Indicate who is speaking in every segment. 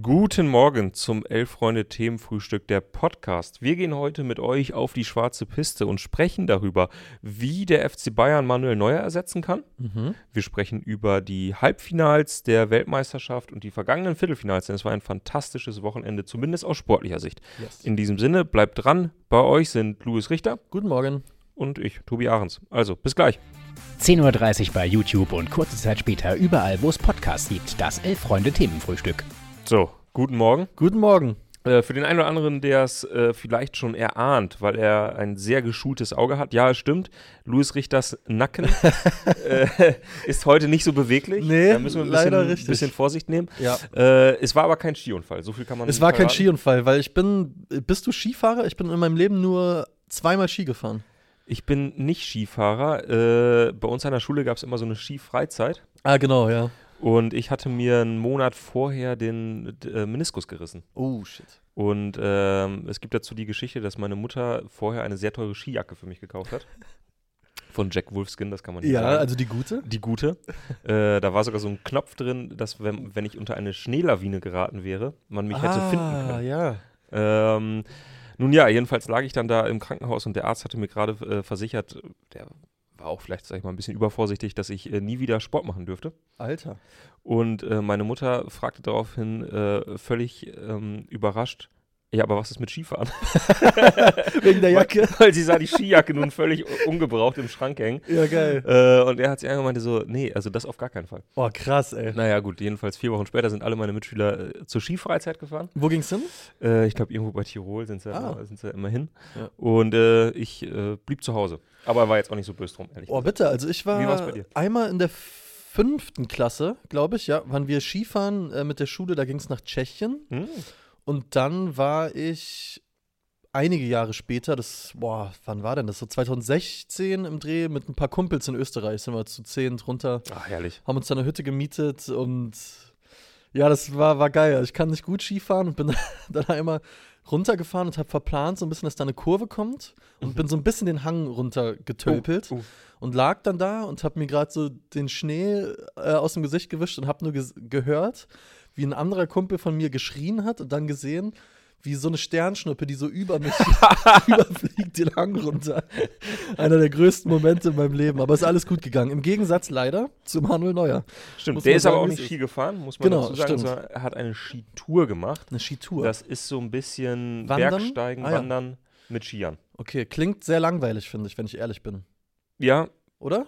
Speaker 1: Guten Morgen zum Elf-Freunde-Themenfrühstück, der Podcast. Wir gehen heute mit euch auf die schwarze Piste und sprechen darüber, wie der FC Bayern Manuel Neuer ersetzen kann. Wir sprechen über die Halbfinals der Weltmeisterschaft und die vergangenen Viertelfinals, denn es war ein fantastisches Wochenende, zumindest aus sportlicher Sicht.
Speaker 2: Yes.
Speaker 1: In diesem Sinne, bleibt dran. Bei euch sind Louis Richter
Speaker 2: Guten Morgen.
Speaker 1: und ich, Tobi Ahrens. Also, bis gleich.
Speaker 3: 10.30 Uhr bei YouTube und kurze Zeit später überall, wo es Podcasts gibt, das Elf-Freunde-Themenfrühstück.
Speaker 1: So, guten Morgen.
Speaker 2: Guten Morgen.
Speaker 1: Äh, für den einen oder anderen, der es äh, vielleicht schon erahnt, weil er ein sehr geschultes Auge hat. Ja, es stimmt. Louis Richters Nacken äh, ist heute nicht so beweglich.
Speaker 2: Nee,
Speaker 1: da müssen wir ein bisschen,
Speaker 2: leider richtig.
Speaker 1: bisschen Vorsicht nehmen.
Speaker 2: Ja.
Speaker 1: Äh, es war aber kein Skiunfall. So viel kann man
Speaker 2: Es war kein
Speaker 1: verraten.
Speaker 2: Skiunfall, weil ich bin. Bist du Skifahrer? Ich bin in meinem Leben nur zweimal Ski gefahren.
Speaker 1: Ich bin nicht Skifahrer. Äh, bei uns an der Schule gab es immer so eine Skifreizeit.
Speaker 2: Ah, genau, ja.
Speaker 1: Und ich hatte mir einen Monat vorher den äh, Meniskus gerissen.
Speaker 2: Oh, shit.
Speaker 1: Und ähm, es gibt dazu die Geschichte, dass meine Mutter vorher eine sehr teure Skijacke für mich gekauft hat. Von Jack Wolfskin, das kann man nicht
Speaker 2: Ja,
Speaker 1: sagen.
Speaker 2: also die gute?
Speaker 1: die gute. äh, da war sogar so ein Knopf drin, dass wenn, wenn ich unter eine Schneelawine geraten wäre, man mich hätte finden können.
Speaker 2: Ah, ja.
Speaker 1: Ähm, nun ja, jedenfalls lag ich dann da im Krankenhaus und der Arzt hatte mir gerade äh, versichert, der war auch vielleicht, sag ich mal, ein bisschen übervorsichtig, dass ich äh, nie wieder Sport machen dürfte.
Speaker 2: Alter.
Speaker 1: Und äh, meine Mutter fragte daraufhin äh, völlig ähm, überrascht, ja, aber was ist mit Skifahren?
Speaker 2: Wegen der Jacke.
Speaker 1: Weil, weil sie sah die Skijacke nun völlig u- ungebraucht im Schrank hängen.
Speaker 2: Ja, geil.
Speaker 1: Äh, und er hat sie angemeint, so, nee, also das auf gar keinen Fall.
Speaker 2: Oh, krass, ey.
Speaker 1: Naja, gut, jedenfalls vier Wochen später sind alle meine Mitschüler äh, zur Skifreizeit gefahren.
Speaker 2: Wo ging's hin?
Speaker 1: Äh, ich glaube, irgendwo bei Tirol sind sie ja,
Speaker 2: Ah.
Speaker 1: immer- sind sie ja immer hin.
Speaker 2: Ja.
Speaker 1: Und äh, ich äh, blieb zu Hause. Aber war jetzt auch nicht so böse drum, ehrlich
Speaker 2: Oh,
Speaker 1: gesagt.
Speaker 2: bitte. Also, ich war
Speaker 1: Wie war's bei dir?
Speaker 2: einmal in der fünften Klasse, glaube ich, ja, waren wir Skifahren äh, mit der Schule. Da ging's nach Tschechien.
Speaker 1: Hm?
Speaker 2: Und dann war ich einige Jahre später, das, boah, wann war denn das? So 2016 im Dreh mit ein paar Kumpels in Österreich, sind wir zu zehn drunter,
Speaker 1: Ach, herrlich.
Speaker 2: haben uns da eine Hütte gemietet und ja, das war, war geil. Also Ich kann nicht gut Skifahren und bin dann einmal runtergefahren und habe verplant, so ein bisschen, dass da eine Kurve kommt und bin so ein bisschen den Hang runtergetölpelt
Speaker 1: Mhm. Oh, oh.
Speaker 2: und lag dann da und habe mir gerade so den Schnee äh, aus dem Gesicht gewischt und habe nur ges- gehört, wie ein anderer Kumpel von mir geschrien hat und dann gesehen, wie so eine Sternschnuppe, die so über mich überfliegt, den Hang runter. Einer der größten Momente in meinem Leben. Aber ist alles gut gegangen. Im Gegensatz leider zu Manuel Neuer.
Speaker 1: Stimmt,
Speaker 2: Muss
Speaker 1: der
Speaker 2: man
Speaker 1: ist aber
Speaker 2: sagen,
Speaker 1: auch
Speaker 2: wie
Speaker 1: nicht
Speaker 2: es
Speaker 1: Ski
Speaker 2: ist.
Speaker 1: gefahren, muss man
Speaker 2: Genau,
Speaker 1: dazu sagen.
Speaker 2: stimmt.
Speaker 1: sondern Er hat eine Skitour gemacht.
Speaker 2: Eine Skitour.
Speaker 1: Das ist so ein bisschen
Speaker 2: Wandern?
Speaker 1: Bergsteigen,
Speaker 2: Ah, ja.
Speaker 1: Wandern mit Skiern.
Speaker 2: okay, klingt sehr langweilig, finde ich, wenn ich ehrlich bin.
Speaker 1: Ja,
Speaker 2: Oder?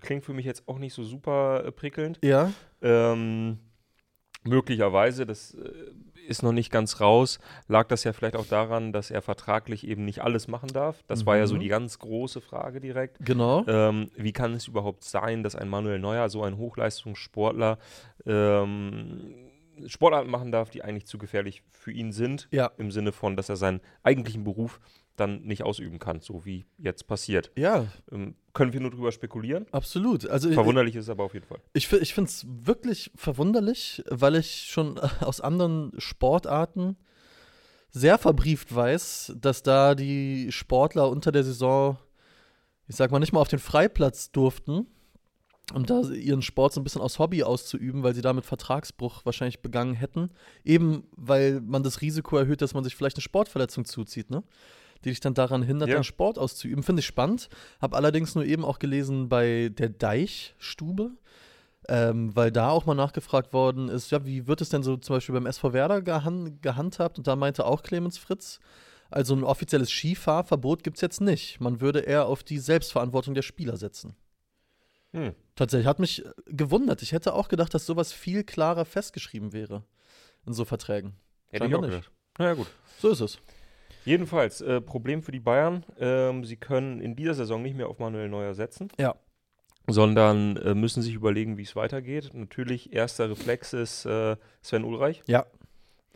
Speaker 1: klingt für mich jetzt auch nicht so super äh, prickelnd.
Speaker 2: Ja.
Speaker 1: Ähm, möglicherweise, das äh, ist noch nicht ganz raus, lag das ja vielleicht auch daran, dass er vertraglich eben nicht alles machen darf. Das war ja so
Speaker 2: Mhm.
Speaker 1: die ganz große Frage direkt.
Speaker 2: Genau.
Speaker 1: Ähm, wie kann es überhaupt sein, dass ein Manuel Neuer, so ein Hochleistungssportler, ähm, Sportarten machen darf, die eigentlich zu gefährlich für ihn sind?
Speaker 2: Ja.
Speaker 1: Im Sinne von, dass er seinen eigentlichen Beruf dann nicht ausüben kann, so wie jetzt passiert.
Speaker 2: Ja,
Speaker 1: Ähm, können wir nur drüber spekulieren?
Speaker 2: absolut. Also ich,
Speaker 1: Verwunderlich ist es aber auf jeden Fall.
Speaker 2: Ich, fi- ich finde es wirklich verwunderlich, weil ich schon aus anderen Sportarten sehr verbrieft weiß, dass da die Sportler unter der Saison, ich sag mal, nicht mal auf den Freiplatz durften, um da ihren Sport so ein bisschen aus Hobby auszuüben, weil sie damit Vertragsbruch wahrscheinlich begangen hätten. Eben weil man das Risiko erhöht, dass man sich vielleicht eine Sportverletzung zuzieht, ne? Die dich dann daran hindert,
Speaker 1: Ja.
Speaker 2: deinen Sport auszuüben. Finde ich spannend. Habe allerdings nur eben auch gelesen bei der Deichstube, ähm, weil da auch mal nachgefragt worden ist, ja, wie wird es denn so zum Beispiel beim SV Werder gehan gehandhabt? Und da meinte auch Clemens Fritz, also ein offizielles Skifahrverbot gibt es jetzt nicht. Man würde eher auf die Selbstverantwortung der Spieler setzen.
Speaker 1: Hm.
Speaker 2: Tatsächlich hat mich äh, gewundert. Ich hätte auch gedacht, dass sowas viel klarer festgeschrieben wäre in so Verträgen.
Speaker 1: Hätte ich
Speaker 2: Scheinbar
Speaker 1: auch
Speaker 2: nicht.
Speaker 1: gedacht. Naja, gut.
Speaker 2: So ist es.
Speaker 1: Jedenfalls, äh, Problem für die Bayern, ähm, sie können in dieser Saison nicht mehr auf Manuel Neuer setzen.
Speaker 2: Ja.
Speaker 1: Sondern äh, müssen sich überlegen, wie es weitergeht. Natürlich, erster Reflex ist äh, Sven Ulreich.
Speaker 2: Ja.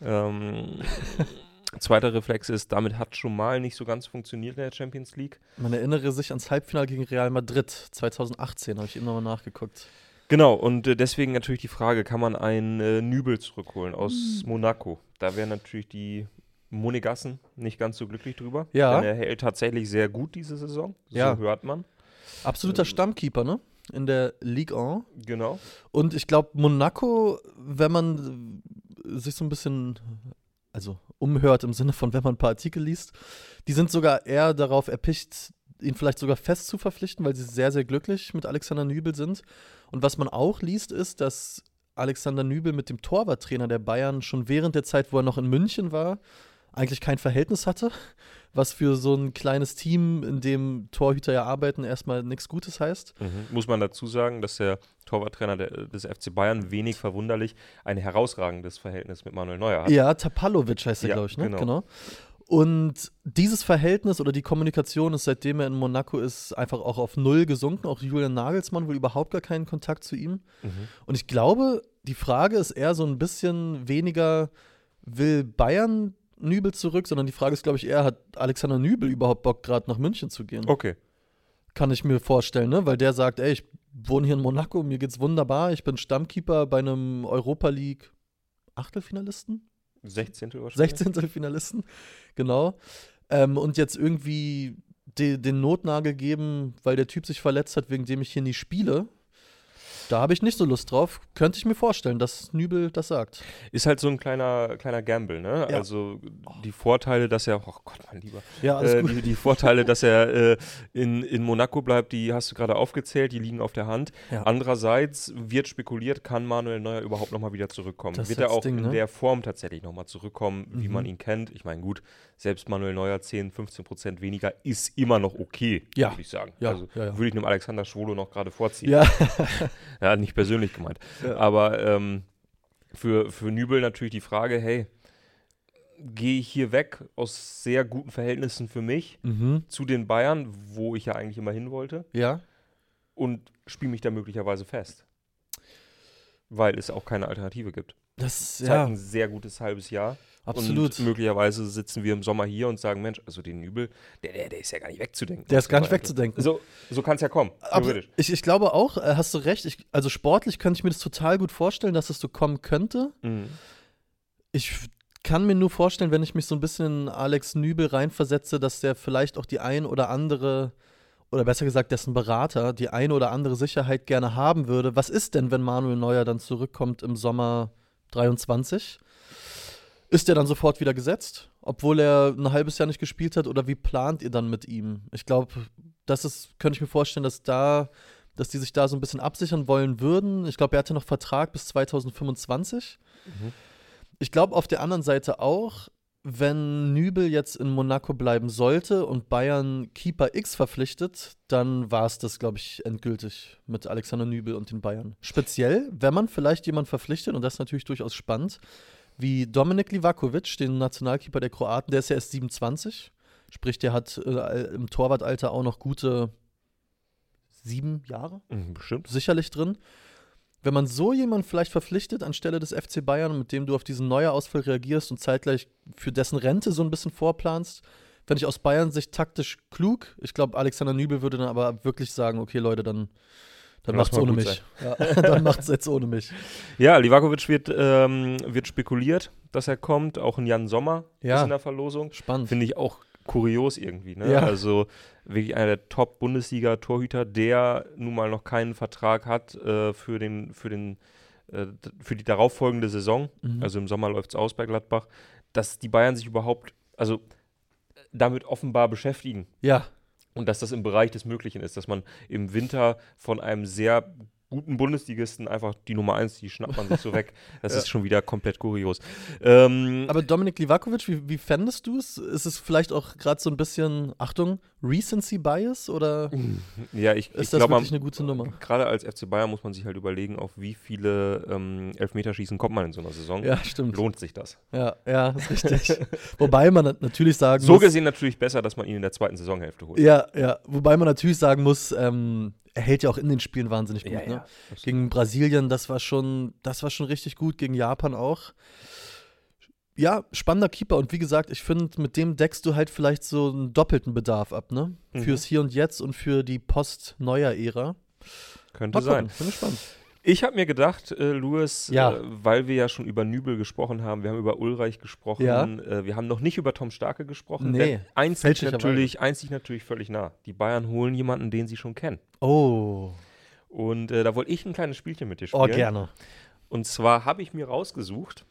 Speaker 1: Ähm, zweiter Reflex ist, damit hat schon mal nicht so ganz funktioniert in der Champions League.
Speaker 2: Man erinnere sich ans Halbfinale gegen Real Madrid 2018, habe ich eben nochmal nachgeguckt.
Speaker 1: Genau, und äh, deswegen natürlich die Frage, kann man einen äh, Nübel zurückholen
Speaker 2: Hm.
Speaker 1: aus Monaco? Da wären natürlich die Monegassen nicht ganz so glücklich drüber.
Speaker 2: Ja.
Speaker 1: Denn er hält tatsächlich sehr gut diese Saison. So
Speaker 2: Ja.
Speaker 1: hört man.
Speaker 2: Absoluter Stammkeeper, ne? In der Ligue 1.
Speaker 1: Genau.
Speaker 2: Und ich glaube, Monaco, wenn man sich so ein bisschen, also umhört im Sinne von, wenn man ein paar Artikel liest, die sind sogar eher darauf erpicht, ihn vielleicht sogar fest zu verpflichten, weil sie sehr, sehr glücklich mit Alexander Nübel sind. Und was man auch liest, ist, dass Alexander Nübel mit dem Torwarttrainer der Bayern schon während der Zeit, wo er noch in München war, eigentlich kein Verhältnis hatte, was für so ein kleines Team, in dem Torhüter ja arbeiten, erstmal nichts Gutes heißt.
Speaker 1: Mhm. Muss man dazu sagen, dass der Torwarttrainer der, äh, des FC Bayern wenig verwunderlich ein herausragendes Verhältnis mit Manuel Neuer hat.
Speaker 2: Ja, Tapalovic heißt er,
Speaker 1: Ja,
Speaker 2: glaube ich, ne?
Speaker 1: genau.
Speaker 2: Genau. Und dieses Verhältnis oder die Kommunikation ist, seitdem er in Monaco ist, einfach auch auf Null gesunken. Auch Julian Nagelsmann will überhaupt gar keinen Kontakt zu ihm.
Speaker 1: Mhm.
Speaker 2: Und ich glaube, die Frage ist eher so ein bisschen weniger, will Bayern Nübel zurück, sondern die Frage ist, glaube ich, eher, hat Alexander Nübel überhaupt Bock, gerade nach München zu gehen?
Speaker 1: Okay.
Speaker 2: Kann ich mir vorstellen, ne? weil der sagt, ey, ich wohne hier in Monaco, mir geht's wunderbar, ich bin Stammkeeper bei einem Europa League Achtelfinalisten?
Speaker 1: 16. wahrscheinlich.
Speaker 2: 16. Finalisten, genau. Ähm, und jetzt irgendwie de, den Notnagel geben, weil der Typ sich verletzt hat, wegen dem ich hier nie spiele. Da habe ich nicht so Lust drauf. Könnte ich mir vorstellen, dass Nübel das sagt.
Speaker 1: Ist halt so ein kleiner, kleiner Gamble, ne?
Speaker 2: Ja.
Speaker 1: Also die Vorteile, dass er, oh Gott, mein Lieber,
Speaker 2: Ja,
Speaker 1: äh, die, die Vorteile, dass er äh, in, in Monaco bleibt, die hast du gerade aufgezählt, die liegen auf der Hand.
Speaker 2: Ja.
Speaker 1: Andererseits wird spekuliert, kann Manuel Neuer überhaupt nochmal wieder zurückkommen?
Speaker 2: Das ist
Speaker 1: wird er
Speaker 2: das
Speaker 1: auch
Speaker 2: Ding,
Speaker 1: in
Speaker 2: ne?
Speaker 1: der Form tatsächlich nochmal zurückkommen, wie
Speaker 2: Mhm.
Speaker 1: man ihn kennt? Ich meine, gut, selbst Manuel Neuer 10, 15 Prozent weniger ist immer noch okay,
Speaker 2: Ja.
Speaker 1: würde ich sagen.
Speaker 2: Ja,
Speaker 1: Also
Speaker 2: ja, ja.
Speaker 1: würde ich einem Alexander Schwolo noch gerade vorziehen.
Speaker 2: ja.
Speaker 1: Ja, nicht persönlich gemeint.
Speaker 2: Ja.
Speaker 1: Aber ähm, für, für Nübel natürlich die Frage, hey, gehe ich hier weg aus sehr guten Verhältnissen für mich
Speaker 2: Mhm.
Speaker 1: zu den Bayern, wo ich ja eigentlich immer hin wollte,
Speaker 2: ja.
Speaker 1: und spiele mich da möglicherweise fest. Weil es auch keine Alternative gibt.
Speaker 2: Das
Speaker 1: Es ist halt
Speaker 2: ja,
Speaker 1: ein sehr gutes halbes Jahr.
Speaker 2: absolut.
Speaker 1: Und möglicherweise sitzen wir im Sommer hier und sagen, Mensch, also den Nübel, der, der, der ist ja gar nicht wegzudenken.
Speaker 2: Der ist gar nicht
Speaker 1: Bayern.
Speaker 2: wegzudenken.
Speaker 1: So, so kann es ja kommen,
Speaker 2: Abs-
Speaker 1: theoretisch.
Speaker 2: ich, ich glaube auch, äh, hast du recht. Ich, also sportlich könnte ich mir das total gut vorstellen, dass es so kommen könnte.
Speaker 1: Mhm.
Speaker 2: Ich kann mir nur vorstellen, wenn ich mich so ein bisschen in Alex Nübel reinversetze, dass der vielleicht auch die ein oder andere, oder besser gesagt, dessen Berater die ein oder andere Sicherheit gerne haben würde. Was ist denn, wenn Manuel Neuer dann zurückkommt im Sommer 23? Ist er dann sofort wieder gesetzt, obwohl er ein halbes Jahr nicht gespielt hat? Oder wie plant ihr dann mit ihm? Ich glaube, das ist, könnte ich mir vorstellen, dass da, dass die sich da so ein bisschen absichern wollen würden. Ich glaube, er hatte noch Vertrag bis 2025. Ich glaube auf der anderen Seite auch, wenn Nübel jetzt in Monaco bleiben sollte und Bayern Keeper X verpflichtet, dann war es das, glaube ich, endgültig mit Alexander Nübel und den Bayern. Speziell, wenn man vielleicht jemanden verpflichtet, und das ist natürlich durchaus spannend, wie Dominik Livakovic, den Nationalkeeper der Kroaten, der ist ja erst 27, sprich, der hat äh, im Torwartalter auch noch gute sieben Jahre
Speaker 1: Mhm, bestimmt.
Speaker 2: sicherlich drin. Wenn man so jemanden vielleicht verpflichtet anstelle des FC Bayern, mit dem du auf diesen Neuerausfall reagierst und zeitgleich für dessen Rente so ein bisschen vorplanst, fände ich aus Bayern sich taktisch klug. Ich glaube, Alexander Nübel würde dann aber wirklich sagen, okay, Leute, dann, dann
Speaker 1: Dann lass
Speaker 2: macht's
Speaker 1: mal
Speaker 2: ohne
Speaker 1: gut
Speaker 2: mich. Ja, dann macht's jetzt ohne mich.
Speaker 1: Ja, Livakovic wird, ähm, wird spekuliert, dass er kommt. Auch ein Jan Sommer ist
Speaker 2: Ja.
Speaker 1: in der Verlosung.
Speaker 2: Spannend.
Speaker 1: Finde ich auch kurios irgendwie. Ne?
Speaker 2: Ja.
Speaker 1: Also wirklich einer der Top-Bundesliga-Torhüter, der nun mal noch keinen Vertrag hat äh, für, den, für, den, äh, d- für die darauffolgende Saison.
Speaker 2: Mhm.
Speaker 1: Also im Sommer läuft es aus bei Gladbach. Dass die Bayern sich überhaupt, also äh, damit offenbar beschäftigen.
Speaker 2: ja,
Speaker 1: Und dass das im Bereich des Möglichen ist, dass man im Winter von einem sehr guten Bundesligisten einfach die Nummer eins, die schnappt man sich so weg. Das ist schon wieder komplett kurios. Ähm,
Speaker 2: aber Dominik Livakovic, wie, wie fändest du es? Ist es vielleicht auch gerade so ein bisschen, Achtung, Recency Bias oder
Speaker 1: ja, ich, ich
Speaker 2: ist das
Speaker 1: glaube, man-
Speaker 2: wirklich eine gute Nummer?
Speaker 1: gerade als FC Bayern muss man sich halt überlegen, auf wie viele ähm, Elfmeterschießen kommt man in so einer Saison.
Speaker 2: Ja, stimmt.
Speaker 1: Lohnt sich das?
Speaker 2: Ja, ja, ist richtig. Wobei man natürlich sagen
Speaker 1: So
Speaker 2: muss,
Speaker 1: gesehen natürlich besser, dass man ihn in der zweiten Saisonhälfte holt.
Speaker 2: Ja, ja. Wobei man natürlich sagen muss, ähm, er hält ja auch in den Spielen wahnsinnig gut.
Speaker 1: Ja,
Speaker 2: ne?
Speaker 1: ja.
Speaker 2: Gegen Brasilien, das war schon, das war schon richtig gut. Gegen Japan auch. Ja, spannender Keeper. Und wie gesagt, ich finde, mit dem deckst du halt vielleicht so einen doppelten Bedarf ab, ne?
Speaker 1: Mhm.
Speaker 2: Fürs Hier und Jetzt und für die Post-Neuer Ära.
Speaker 1: Könnte
Speaker 2: Mal
Speaker 1: sein.
Speaker 2: gucken, bin gespannt.
Speaker 1: Ich habe mir gedacht, äh, Louis,
Speaker 2: Ja.
Speaker 1: äh, weil wir ja schon über Nübel gesprochen haben, wir haben über Ulreich gesprochen,
Speaker 2: Ja.
Speaker 1: äh, wir haben noch nicht über Tom Starke gesprochen.
Speaker 2: Nee,
Speaker 1: denn eins liegt
Speaker 2: fälschlicherweise.
Speaker 1: natürlich, eins liegt natürlich völlig nah. Die Bayern holen jemanden, den sie schon kennen.
Speaker 2: Oh,
Speaker 1: Und äh, da wollte ich ein kleines Spielchen mit dir spielen.
Speaker 2: oh gerne.
Speaker 1: Und zwar habe ich mir rausgesucht,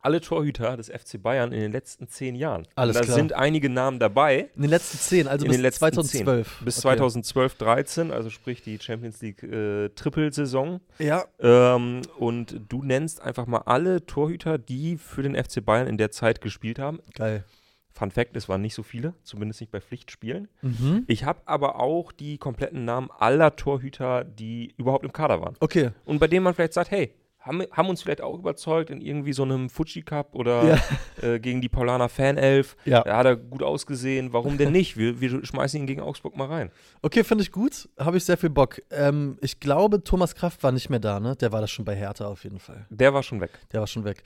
Speaker 1: alle Torhüter des FC Bayern in den letzten zehn Jahren.
Speaker 2: Alles
Speaker 1: Und da
Speaker 2: klar.
Speaker 1: sind einige Namen dabei.
Speaker 2: In den letzten zehn, also
Speaker 1: in
Speaker 2: bis
Speaker 1: den letzten
Speaker 2: 2012.
Speaker 1: Zehn. Bis
Speaker 2: Okay.
Speaker 1: 2012, 13, also sprich die Champions League äh, Trippelsaison.
Speaker 2: Ja,
Speaker 1: Ähm, und du nennst einfach mal alle Torhüter, die für den FC Bayern in der Zeit gespielt haben.
Speaker 2: geil.
Speaker 1: Fun Fact, es waren nicht so viele, zumindest nicht bei Pflichtspielen.
Speaker 2: Mhm.
Speaker 1: Ich habe aber auch die kompletten Namen aller Torhüter, die überhaupt im Kader waren.
Speaker 2: Okay.
Speaker 1: Und bei denen man vielleicht sagt, hey, haben, wir- haben uns vielleicht auch überzeugt in irgendwie so einem Fuji Cup oder
Speaker 2: Ja.
Speaker 1: äh, gegen die Paulaner Fanelf.
Speaker 2: Ja.
Speaker 1: Da hat er gut ausgesehen. Warum denn nicht? Wir, wir schmeißen ihn gegen Augsburg mal rein.
Speaker 2: Okay, finde ich gut. Habe ich sehr viel Bock. Ähm, ich glaube, Thomas Kraft war nicht mehr da, ne? Der war das schon bei Hertha auf jeden Fall.
Speaker 1: Der war schon weg.
Speaker 2: Der war schon weg.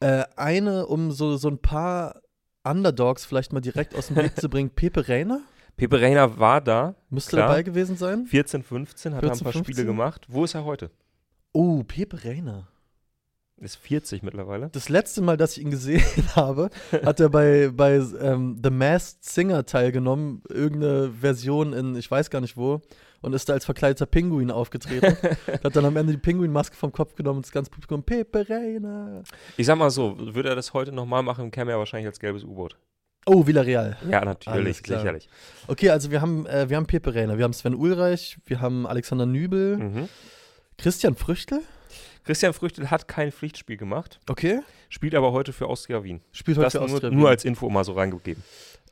Speaker 2: Äh, eine, um so, so ein paar Underdogs vielleicht mal direkt aus dem Weg zu bringen, Pepe Reina
Speaker 1: Pepe Reina war da,
Speaker 2: müsste
Speaker 1: Klar.
Speaker 2: dabei gewesen sein.
Speaker 1: 14, 15, hat er ein
Speaker 2: 14,
Speaker 1: paar
Speaker 2: 15?
Speaker 1: Spiele gemacht. Wo ist er heute?
Speaker 2: Oh, Pepe Reina.
Speaker 1: Ist 40 mittlerweile.
Speaker 2: Das letzte Mal, dass ich ihn gesehen habe, hat er bei, bei ähm, The Masked Singer teilgenommen, irgendeine Version in ich weiß gar nicht wo, und ist da als verkleideter Pinguin aufgetreten. hat dann am Ende die Pinguinmaske vom Kopf genommen und das ganze Publikum, Pepe Reina.
Speaker 1: Ich sag mal so, würde er das heute nochmal machen, käme er wahrscheinlich als gelbes U-Boot.
Speaker 2: Oh, Villarreal.
Speaker 1: Ja, natürlich,
Speaker 2: Alles klar.
Speaker 1: sicherlich.
Speaker 2: Okay, also wir haben, äh, wir haben Pepe Reina, wir haben Sven Ulreich, wir haben Alexander Nübel,
Speaker 1: Mhm.
Speaker 2: Christian Früchtel.
Speaker 1: Christian Früchtel hat kein Pflichtspiel gemacht,
Speaker 2: Okay.
Speaker 1: spielt aber heute für Austria Wien.
Speaker 2: Spielt heute
Speaker 1: Das
Speaker 2: für
Speaker 1: nur,
Speaker 2: Austria
Speaker 1: nur
Speaker 2: Wien.
Speaker 1: als Info mal so reingegeben.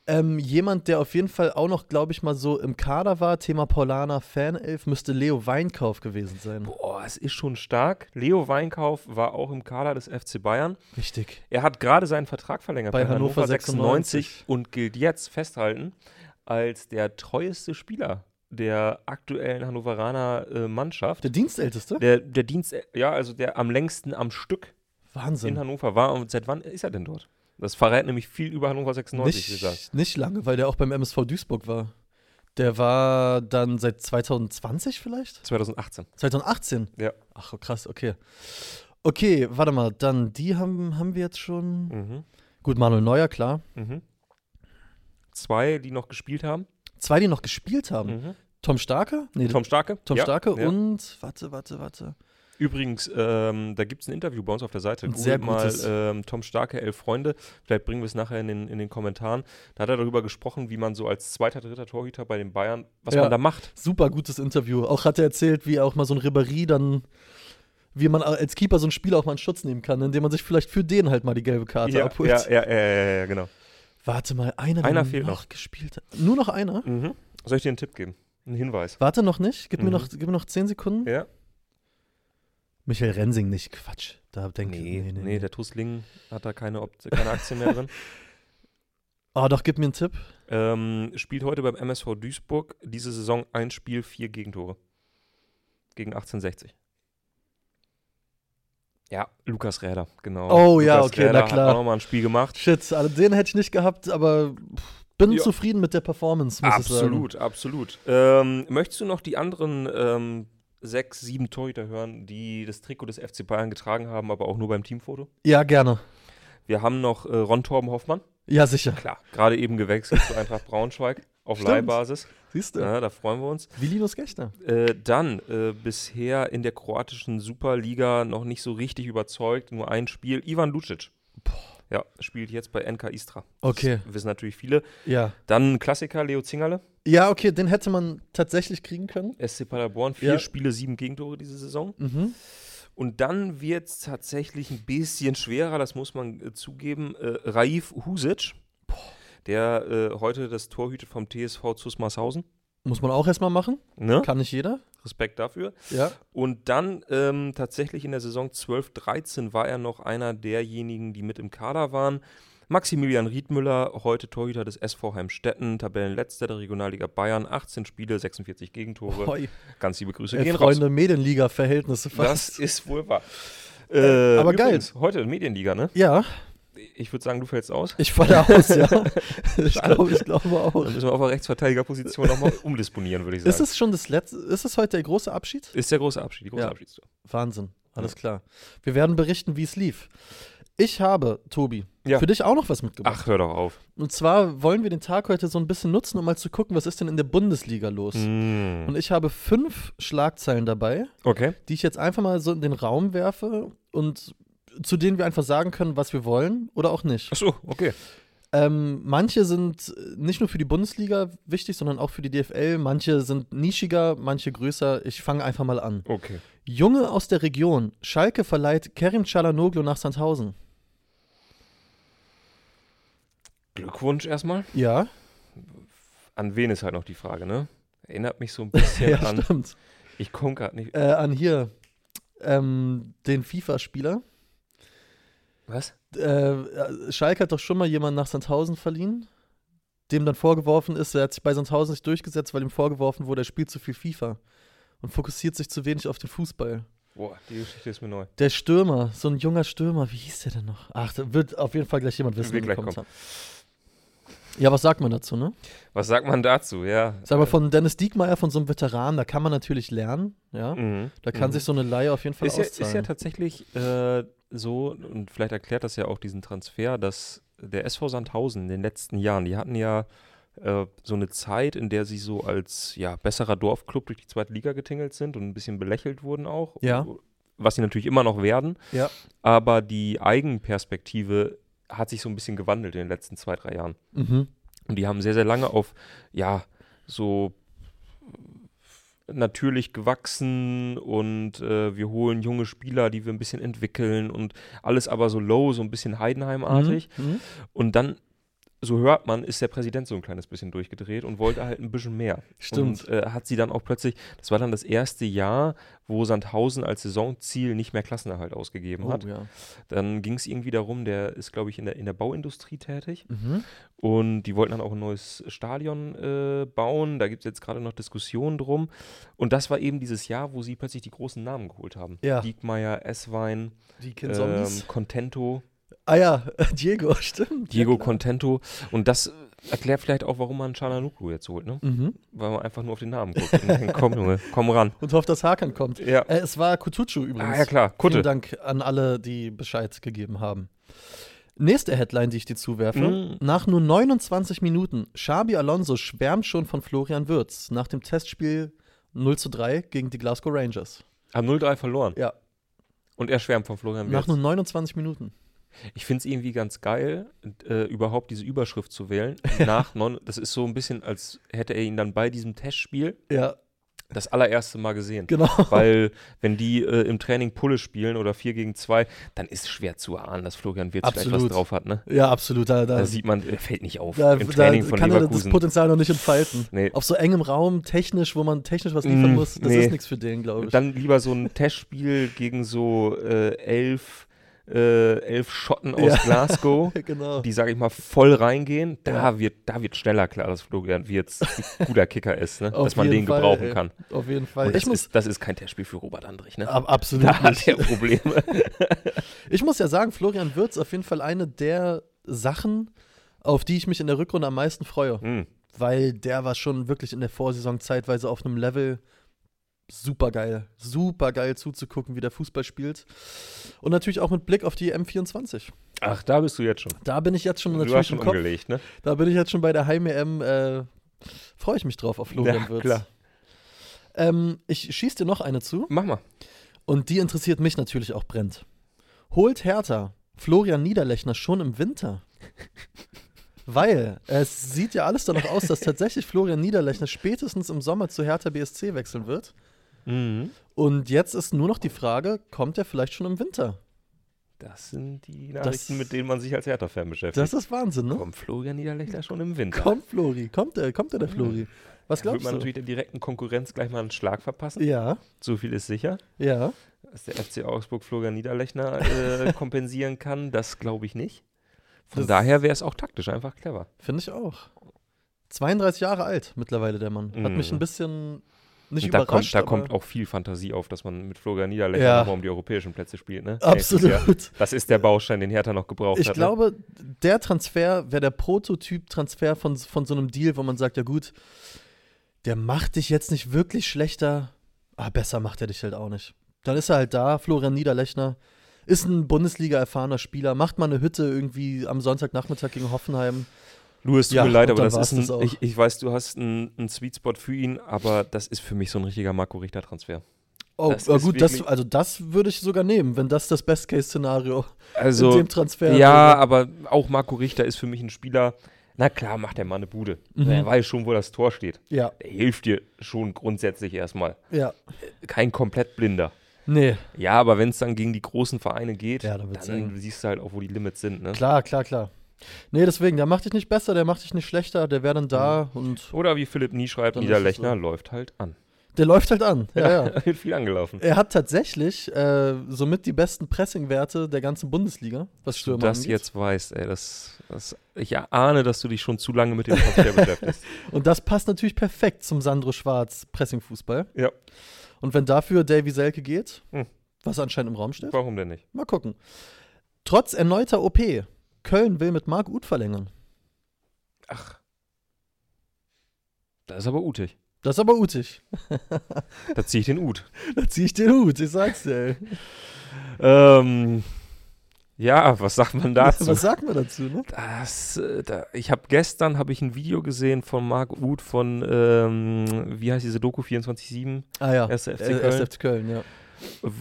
Speaker 2: ähm, jemand, der auf jeden Fall auch noch, glaube ich, mal so im Kader war, Thema Paulaner Fanelf, müsste Leo Weinkauf gewesen sein.
Speaker 1: Boah, es ist schon stark. Leo Weinkauf war auch im Kader des FC Bayern.
Speaker 2: Richtig.
Speaker 1: Er hat gerade seinen Vertrag verlängert
Speaker 2: Bei Hannover 96.
Speaker 1: und gilt jetzt festhalten als der treueste Spieler der aktuellen Hannoveraner äh, Mannschaft.
Speaker 2: Der Dienstälteste?
Speaker 1: Der, der Dienst, ja, also der am längsten am Stück in
Speaker 2: Wahnsinn.
Speaker 1: Hannover war. Und seit wann ist er denn dort? Das verrät nämlich viel über Hannover 96, wie gesagt.
Speaker 2: Nicht, nicht lange, weil der auch beim MSV Duisburg war. Der war dann seit 2020 vielleicht?
Speaker 1: 2018.
Speaker 2: 2018?
Speaker 1: Ja.
Speaker 2: Ach, oh, krass, okay. Okay, warte mal, dann die haben, haben wir jetzt schon.
Speaker 1: Mhm.
Speaker 2: Gut, Manuel Neuer, klar.
Speaker 1: Mhm. Zwei, die noch gespielt haben.
Speaker 2: Zwei, die noch gespielt haben.
Speaker 1: Mhm.
Speaker 2: Tom Starke? Nee,
Speaker 1: Tom Starke.
Speaker 2: Tom
Speaker 1: ja.
Speaker 2: Starke
Speaker 1: ja.
Speaker 2: und, warte, warte, warte.
Speaker 1: Übrigens, ähm, da gibt es ein Interview bei uns auf der Seite.
Speaker 2: Ein
Speaker 1: Googelt
Speaker 2: sehr
Speaker 1: mal
Speaker 2: gutes.
Speaker 1: ähm, Tom Starke, Elf Freunde. Vielleicht bringen wir es nachher in den, in den Kommentaren. Da hat er darüber gesprochen, wie man so als zweiter, dritter Torhüter bei den Bayern, was
Speaker 2: Ja.
Speaker 1: man da macht.
Speaker 2: Super gutes Interview. Auch hat er erzählt, wie er auch mal so ein Ribéry dann, wie man als Keeper so ein Spiel auch mal in Schutz nehmen kann, indem man sich vielleicht für den halt mal die gelbe Karte
Speaker 1: ja,
Speaker 2: abholt.
Speaker 1: ja, ja, ja, ja, ja, genau.
Speaker 2: Warte mal, einer,
Speaker 1: Einer
Speaker 2: der
Speaker 1: fehlt noch.
Speaker 2: gespielt hat. Nur noch einer?
Speaker 1: Mhm. Soll ich dir einen Tipp geben? Einen Hinweis.
Speaker 2: Warte noch nicht. Gib, mir,
Speaker 1: Mhm.
Speaker 2: noch, gib mir noch 10 Sekunden.
Speaker 1: Ja.
Speaker 2: Michael Rensing nicht. Quatsch. Da denke ich.
Speaker 1: Nee, nee, der Tussling hat da keine, Opt keine Aktien mehr drin.
Speaker 2: Oh, doch, gib mir einen Tipp.
Speaker 1: Ähm, spielt heute beim MSV Duisburg diese Saison ein Spiel, vier Gegentore. Gegen 1860. Ja, Lukas Räder, genau.
Speaker 2: Oh ja,
Speaker 1: Lukas
Speaker 2: okay, na klar.
Speaker 1: hat auch noch mal ein Spiel gemacht.
Speaker 2: Shit, also den hätte ich nicht gehabt, aber pff, bin
Speaker 1: Ja.
Speaker 2: zufrieden mit der Performance, muss ich sagen.
Speaker 1: Absolut, absolut. Ähm, möchtest du noch die anderen ähm, sechs, sieben Torhüter hören, die das Trikot des FC Bayern getragen haben, aber auch nur beim Teamfoto?
Speaker 2: Ja, gerne.
Speaker 1: Wir haben noch äh, Ron Torben Hoffmann,
Speaker 2: Ja, sicher.
Speaker 1: klar, gerade eben gewechselt zu Eintracht Braunschweig auf
Speaker 2: Stimmt.
Speaker 1: Leihbasis.
Speaker 2: Siehst du?
Speaker 1: Ja, da freuen wir uns.
Speaker 2: Wie Linus Gächter.
Speaker 1: Äh, dann äh, bisher in der kroatischen Superliga noch nicht so richtig überzeugt, nur ein Spiel. Ivan Lucic. Ja, spielt jetzt bei NK Istra.
Speaker 2: Okay.
Speaker 1: Das wissen natürlich viele.
Speaker 2: Ja.
Speaker 1: Dann ein Klassiker, Leo Zingerle,
Speaker 2: Ja, okay, den hätte man tatsächlich kriegen können.
Speaker 1: SC Paderborn, vier
Speaker 2: Ja.
Speaker 1: Spiele, sieben Gegentore diese Saison.
Speaker 2: Mhm.
Speaker 1: Und dann wird es tatsächlich ein bisschen schwerer, das muss man äh, zugeben. Äh, Raif Husic, der äh, heute das Torhüter vom TSV Zusmarshausen.
Speaker 2: Muss man auch erstmal machen.
Speaker 1: Ne?
Speaker 2: Kann nicht jeder.
Speaker 1: Respekt dafür.
Speaker 2: Ja.
Speaker 1: Und dann ähm, tatsächlich in der Saison 12, 13 war er noch einer derjenigen, die mit im Kader waren. Maximilian Riedmüller, heute Torhüter des SV Heimstetten, Tabellenletzter der Regionalliga Bayern, 18 Spiele, 46 Gegentore.
Speaker 2: Hoi.
Speaker 1: Ganz liebe Grüße
Speaker 2: Ey,
Speaker 1: Oh gehen
Speaker 2: Freunde, Medienliga-Verhältnisse
Speaker 1: raus. Das
Speaker 2: fast.
Speaker 1: ist wohl wahr. Äh,
Speaker 2: aber geil.
Speaker 1: übrigens, Heute Medienliga, ne?
Speaker 2: Ja,
Speaker 1: Ich würde sagen, du fällst aus.
Speaker 2: ich falle aus, ja. ich, glaube, ich glaube auch.
Speaker 1: Dann müssen wir auf der Rechtsverteidigerposition nochmal umdisponieren, würde ich sagen.
Speaker 2: Ist es schon das letzte, ist es heute der große Abschied?
Speaker 1: ist der große Abschied, die große
Speaker 2: Ja.
Speaker 1: Abschiedstour.
Speaker 2: Wahnsinn, alles klar. Wir werden berichten, wie es lief. Ich habe, Tobi,
Speaker 1: Ja.
Speaker 2: für dich auch noch was mitgebracht.
Speaker 1: Ach, hör doch auf.
Speaker 2: Und zwar wollen wir den Tag heute so ein bisschen nutzen, um mal zu gucken, was ist denn in der Bundesliga los.
Speaker 1: Mm.
Speaker 2: Und ich habe fünf Schlagzeilen dabei,
Speaker 1: Okay.
Speaker 2: die ich jetzt einfach mal so in den Raum werfe und zu denen wir einfach sagen können, was wir wollen oder auch nicht.
Speaker 1: Ach so, okay.
Speaker 2: Ähm, manche sind nicht nur für die Bundesliga wichtig, sondern auch für die DFL. Manche sind nischiger, manche größer. Ich fange einfach mal an.
Speaker 1: Okay.
Speaker 2: Junge aus der Region. Schalke verleiht Kerim Çalhanoğlu nach Sandhausen.
Speaker 1: Glückwunsch erstmal.
Speaker 2: Ja,
Speaker 1: An wen ist halt noch die Frage, ne? Erinnert mich so ein bisschen
Speaker 2: ja,
Speaker 1: an.
Speaker 2: stimmt.
Speaker 1: Ich komme gerade nicht.
Speaker 2: Äh, an hier ähm, den FIFA-Spieler.
Speaker 1: Was?
Speaker 2: Äh, Schalke hat doch schon mal jemanden nach Sandhausen verliehen, dem dann vorgeworfen ist, er hat sich bei Sandhausen nicht durchgesetzt, weil ihm vorgeworfen wurde, er spielt zu viel FIFA und fokussiert sich zu wenig auf den Fußball.
Speaker 1: Boah, die Geschichte ist mir neu.
Speaker 2: Der Stürmer, so ein junger Stürmer, wie hieß der denn noch? Ach, da wird auf jeden Fall gleich jemand wissen,
Speaker 1: Wird
Speaker 2: in
Speaker 1: gleich
Speaker 2: den Kommentaren. Ja, was sagt man dazu, ne?
Speaker 1: Was sagt man dazu? Ja.
Speaker 2: Sag mal, von Dennis Diekmeyer, von so einem Veteran, da kann man natürlich lernen, ja.
Speaker 1: Mhm.
Speaker 2: Da kann
Speaker 1: Mhm.
Speaker 2: sich so eine Laie auf jeden Fall
Speaker 1: ist ja,
Speaker 2: auszahlen.
Speaker 1: ist ja tatsächlich äh, so, und vielleicht erklärt das ja auch diesen Transfer, dass der SV Sandhausen in den letzten Jahren, die hatten ja äh, so eine Zeit, in der sie so als ja, besserer Dorfclub durch die zweite Liga getingelt sind und ein bisschen belächelt wurden auch.
Speaker 2: Ja.
Speaker 1: Was sie natürlich immer noch werden.
Speaker 2: Ja.
Speaker 1: Aber die Eigenperspektive hat sich so ein bisschen gewandelt in den letzten zwei, drei Jahren.
Speaker 2: mhm.
Speaker 1: Und die haben sehr, sehr lange auf, ja, so natürlich gewachsen und äh, wir holen junge Spieler, die wir ein bisschen entwickeln und alles aber so low, so ein bisschen Heidenheim-artig.
Speaker 2: Mhm. Mhm.
Speaker 1: Und dann, so hört man, ist der Präsident so ein kleines bisschen durchgedreht und wollte halt ein bisschen mehr.
Speaker 2: Stimmt.
Speaker 1: Und äh, hat sie dann auch plötzlich, das war dann das erste Jahr, wo Sandhausen als Saisonziel nicht mehr Klassenerhalt ausgegeben
Speaker 2: Oh,
Speaker 1: hat.
Speaker 2: ja.
Speaker 1: Dann ging es irgendwie darum, der ist, glaube ich, in der, in der Bauindustrie tätig.
Speaker 2: Mhm.
Speaker 1: Und die wollten dann auch ein neues Stadion äh, bauen. Da gibt es jetzt gerade noch Diskussionen drum. Und das war eben dieses Jahr, wo sie plötzlich die großen Namen geholt haben.
Speaker 2: Ja.
Speaker 1: Diekmeyer, Esswein,
Speaker 2: Die
Speaker 1: ähm, Contento,
Speaker 2: Ah ja, Diego, stimmt.
Speaker 1: Diego
Speaker 2: ja, genau. klar.
Speaker 1: Contento. Und das erklärt vielleicht auch, warum man Chananuklu jetzt holt, ne?
Speaker 2: mhm.
Speaker 1: Weil man einfach nur auf den Namen guckt. Und denkt, komm, Junge, komm ran.
Speaker 2: Und hofft, dass Hakan kommt.
Speaker 1: Ja.
Speaker 2: Äh, es war Kutucu übrigens.
Speaker 1: Ah, ja, klar. Kutte.
Speaker 2: Vielen Dank an alle, die Bescheid gegeben haben. Nächste Headline, die ich dir zuwerfe.
Speaker 1: Mhm.
Speaker 2: Nach nur 29 Minuten, Xabi Alonso schwärmt schon von Florian Würz nach dem Testspiel 0 zu 3 gegen die Glasgow Rangers.
Speaker 1: Haben 0-3 verloren.
Speaker 2: Ja,
Speaker 1: Und er schwärmt von Florian
Speaker 2: nach
Speaker 1: Wirtz.
Speaker 2: nur 29 Minuten.
Speaker 1: Ich finde es irgendwie ganz geil, äh, überhaupt diese Überschrift zu wählen. Nach non, das ist so ein bisschen, als hätte er ihn dann bei diesem Testspiel
Speaker 2: Ja,
Speaker 1: das allererste Mal gesehen.
Speaker 2: genau.
Speaker 1: Weil, wenn die äh, im Training Pulle spielen oder 4 gegen 2, dann ist schwer zu ahnen, dass Florian Wirtz vielleicht was
Speaker 2: Absolut.
Speaker 1: drauf hat. Ne?
Speaker 2: Ja, absolut. Da, da,
Speaker 1: Da sieht man, er fällt nicht auf
Speaker 2: da,
Speaker 1: im Also, Training
Speaker 2: da
Speaker 1: von
Speaker 2: kann er das
Speaker 1: Leverkusen.
Speaker 2: Potenzial noch nicht entfalten.
Speaker 1: Nee.
Speaker 2: Auf so engem Raum, technisch, wo man technisch was liefern
Speaker 1: Mm,
Speaker 2: muss, das
Speaker 1: nee.
Speaker 2: ist nichts für den, glaube ich.
Speaker 1: Dann lieber so ein Testspiel gegen so äh, elf, äh, elf Schotten aus
Speaker 2: Ja.
Speaker 1: Glasgow.
Speaker 2: genau.
Speaker 1: Die, sage ich mal, voll reingehen, da, wird, da wird schneller klar, dass Florian Wirtz ein guter Kicker ist, ne?
Speaker 2: Auf
Speaker 1: dass man den
Speaker 2: jeden Fall,
Speaker 1: gebrauchen
Speaker 2: ey.
Speaker 1: kann.
Speaker 2: Auf jeden Fall.
Speaker 1: Und das,
Speaker 2: Ich muss,
Speaker 1: ist, das ist kein Testspiel für Robert Andrich. Ne?
Speaker 2: ab, absolut.
Speaker 1: Da hat
Speaker 2: nicht.
Speaker 1: er Probleme.
Speaker 2: Ich muss ja sagen, Florian Würz auf jeden Fall eine der Sachen, auf die ich mich in der Rückrunde am meisten freue.
Speaker 1: Hm.
Speaker 2: Weil der war schon wirklich in der Vorsaison zeitweise auf einem Level super geil. Super geil zuzugucken, wie der Fußball spielt. Und natürlich auch mit Blick auf die M24.
Speaker 1: Ach, da bist du jetzt schon.
Speaker 2: Da bin ich jetzt schon
Speaker 1: du hast
Speaker 2: natürlich
Speaker 1: schon
Speaker 2: im Kopf.
Speaker 1: umgelegt, ne?
Speaker 2: Da bin ich jetzt schon bei der Heim-EM. Äh, Freue ich mich drauf auf Florian
Speaker 1: Ja,
Speaker 2: Würz.
Speaker 1: klar.
Speaker 2: Ähm, ich schieße dir noch eine zu.
Speaker 1: Mach mal.
Speaker 2: Und die interessiert mich natürlich auch brennt. Holt Hertha Florian Niederlechner schon im Winter? Weil es sieht ja alles danach aus, dass tatsächlich Florian Niederlechner spätestens im Sommer zu Hertha BSC wechseln wird.
Speaker 1: Mhm.
Speaker 2: Und jetzt ist nur noch die Frage, kommt er vielleicht schon im Winter?
Speaker 1: Das sind die Nachrichten, mit denen man sich als Hertha-Fan beschäftigt.
Speaker 2: Das ist Wahnsinn, ne?
Speaker 1: Kommt Florian Niederlechner schon im Winter?
Speaker 2: Kommt Flori, kommt er, kommt er der Flori? Was
Speaker 1: Wird
Speaker 2: glaubst
Speaker 1: man
Speaker 2: du?
Speaker 1: natürlich der direkten Konkurrenz gleich mal einen Schlag verpassen.
Speaker 2: Ja,
Speaker 1: So viel ist sicher.
Speaker 2: ja.
Speaker 1: Dass der FC Augsburg Florian Niederlechner äh, kompensieren kann, das glaube ich nicht. Von
Speaker 2: Das-
Speaker 1: daher wäre es auch taktisch einfach clever.
Speaker 2: Finde ich auch. 32 Jahre alt mittlerweile der Mann. Hat mich
Speaker 1: Mhm.
Speaker 2: ein bisschen nicht
Speaker 1: Und da
Speaker 2: überrascht.
Speaker 1: kommt, da
Speaker 2: aber-
Speaker 1: kommt auch viel Fantasie auf, dass man mit Florian Niederlechner
Speaker 2: Ja.
Speaker 1: nochmal um die europäischen Plätze spielt. Ne?
Speaker 2: Absolut.
Speaker 1: Nächstes Jahr. Das ist der Baustein, den Hertha noch gebraucht
Speaker 2: Ich
Speaker 1: hat. ne?
Speaker 2: glaube, der Transfer wäre der Prototyp-Transfer von, von so einem Deal, wo man sagt, ja gut, der macht dich jetzt nicht wirklich schlechter, aber besser macht er dich halt auch nicht. Dann ist er halt da, Florian Niederlechner, ist ein Bundesliga-erfahrener Spieler, macht mal eine Hütte irgendwie am Sonntagnachmittag gegen Hoffenheim.
Speaker 1: Louis, tut
Speaker 2: Ja,
Speaker 1: mir leid,
Speaker 2: und
Speaker 1: aber
Speaker 2: dann
Speaker 1: das
Speaker 2: war's
Speaker 1: ist ein,
Speaker 2: das auch.
Speaker 1: ich, ich weiß, du hast einen, einen Sweet Spot für ihn, aber das ist für mich so ein richtiger Marco Richter Transfer.
Speaker 2: Oh,
Speaker 1: Das
Speaker 2: äh,
Speaker 1: ist
Speaker 2: gut, das,
Speaker 1: wirklich-
Speaker 2: also das würde ich sogar nehmen, wenn das das Best-Case-Szenario
Speaker 1: Also,
Speaker 2: in dem Transfer
Speaker 1: Ja,
Speaker 2: wäre.
Speaker 1: aber auch Marco Richter ist für mich ein Spieler. Na klar, macht der mal eine Bude.
Speaker 2: Mhm.
Speaker 1: Er weiß schon, wo das Tor steht.
Speaker 2: Ja,
Speaker 1: Der hilft dir schon grundsätzlich erstmal.
Speaker 2: ja.
Speaker 1: Kein komplett blinder.
Speaker 2: Nee,
Speaker 1: Ja, aber wenn es dann gegen die großen Vereine geht,
Speaker 2: Ja, dann
Speaker 1: dann,
Speaker 2: wird's
Speaker 1: siehst du halt auch, wo die Limits sind. Ne?
Speaker 2: klar, klar, klar. Nee, deswegen, der macht dich nicht besser, der macht dich nicht schlechter, der wäre dann da und
Speaker 1: Oder wie Philipp Nie schreibt,
Speaker 2: Dann ist es
Speaker 1: Niederlechner läuft halt an.
Speaker 2: der läuft halt an. Ja, ja.
Speaker 1: Wird viel angelaufen.
Speaker 2: Er hat tatsächlich äh, somit die besten Pressing-Werte der ganzen Bundesliga, was
Speaker 1: Du
Speaker 2: Stürmer
Speaker 1: das
Speaker 2: angeht.
Speaker 1: jetzt weißt, ey. Das, das, ich ahne, dass du dich schon zu lange mit dem Transfer beschäftigst.
Speaker 2: Und das passt natürlich perfekt zum Sandro Schwarz Pressing-Fußball.
Speaker 1: Ja.
Speaker 2: Und wenn dafür Davy Selke geht,
Speaker 1: Hm.
Speaker 2: was anscheinend im Raum steht,
Speaker 1: Warum denn nicht?
Speaker 2: mal gucken. Trotz erneuter OP, Köln will mit Marc Uth verlängern.
Speaker 1: Ach. Das ist aber utig.
Speaker 2: Das ist aber utig.
Speaker 1: Da ziehe ich den Ut.
Speaker 2: Da zieh ich den Hut, ich sag's dir, ey.
Speaker 1: Ähm, ja, was sagt man dazu?
Speaker 2: Was sagt man dazu, ne?
Speaker 1: Das, äh, da, ich habe gestern habe ich ein Video gesehen von Marc Uth von ähm, wie heißt diese Doku 24/7,
Speaker 2: Ah ja,
Speaker 1: Erster FC
Speaker 2: äh,
Speaker 1: Köln.
Speaker 2: FC Köln, ja.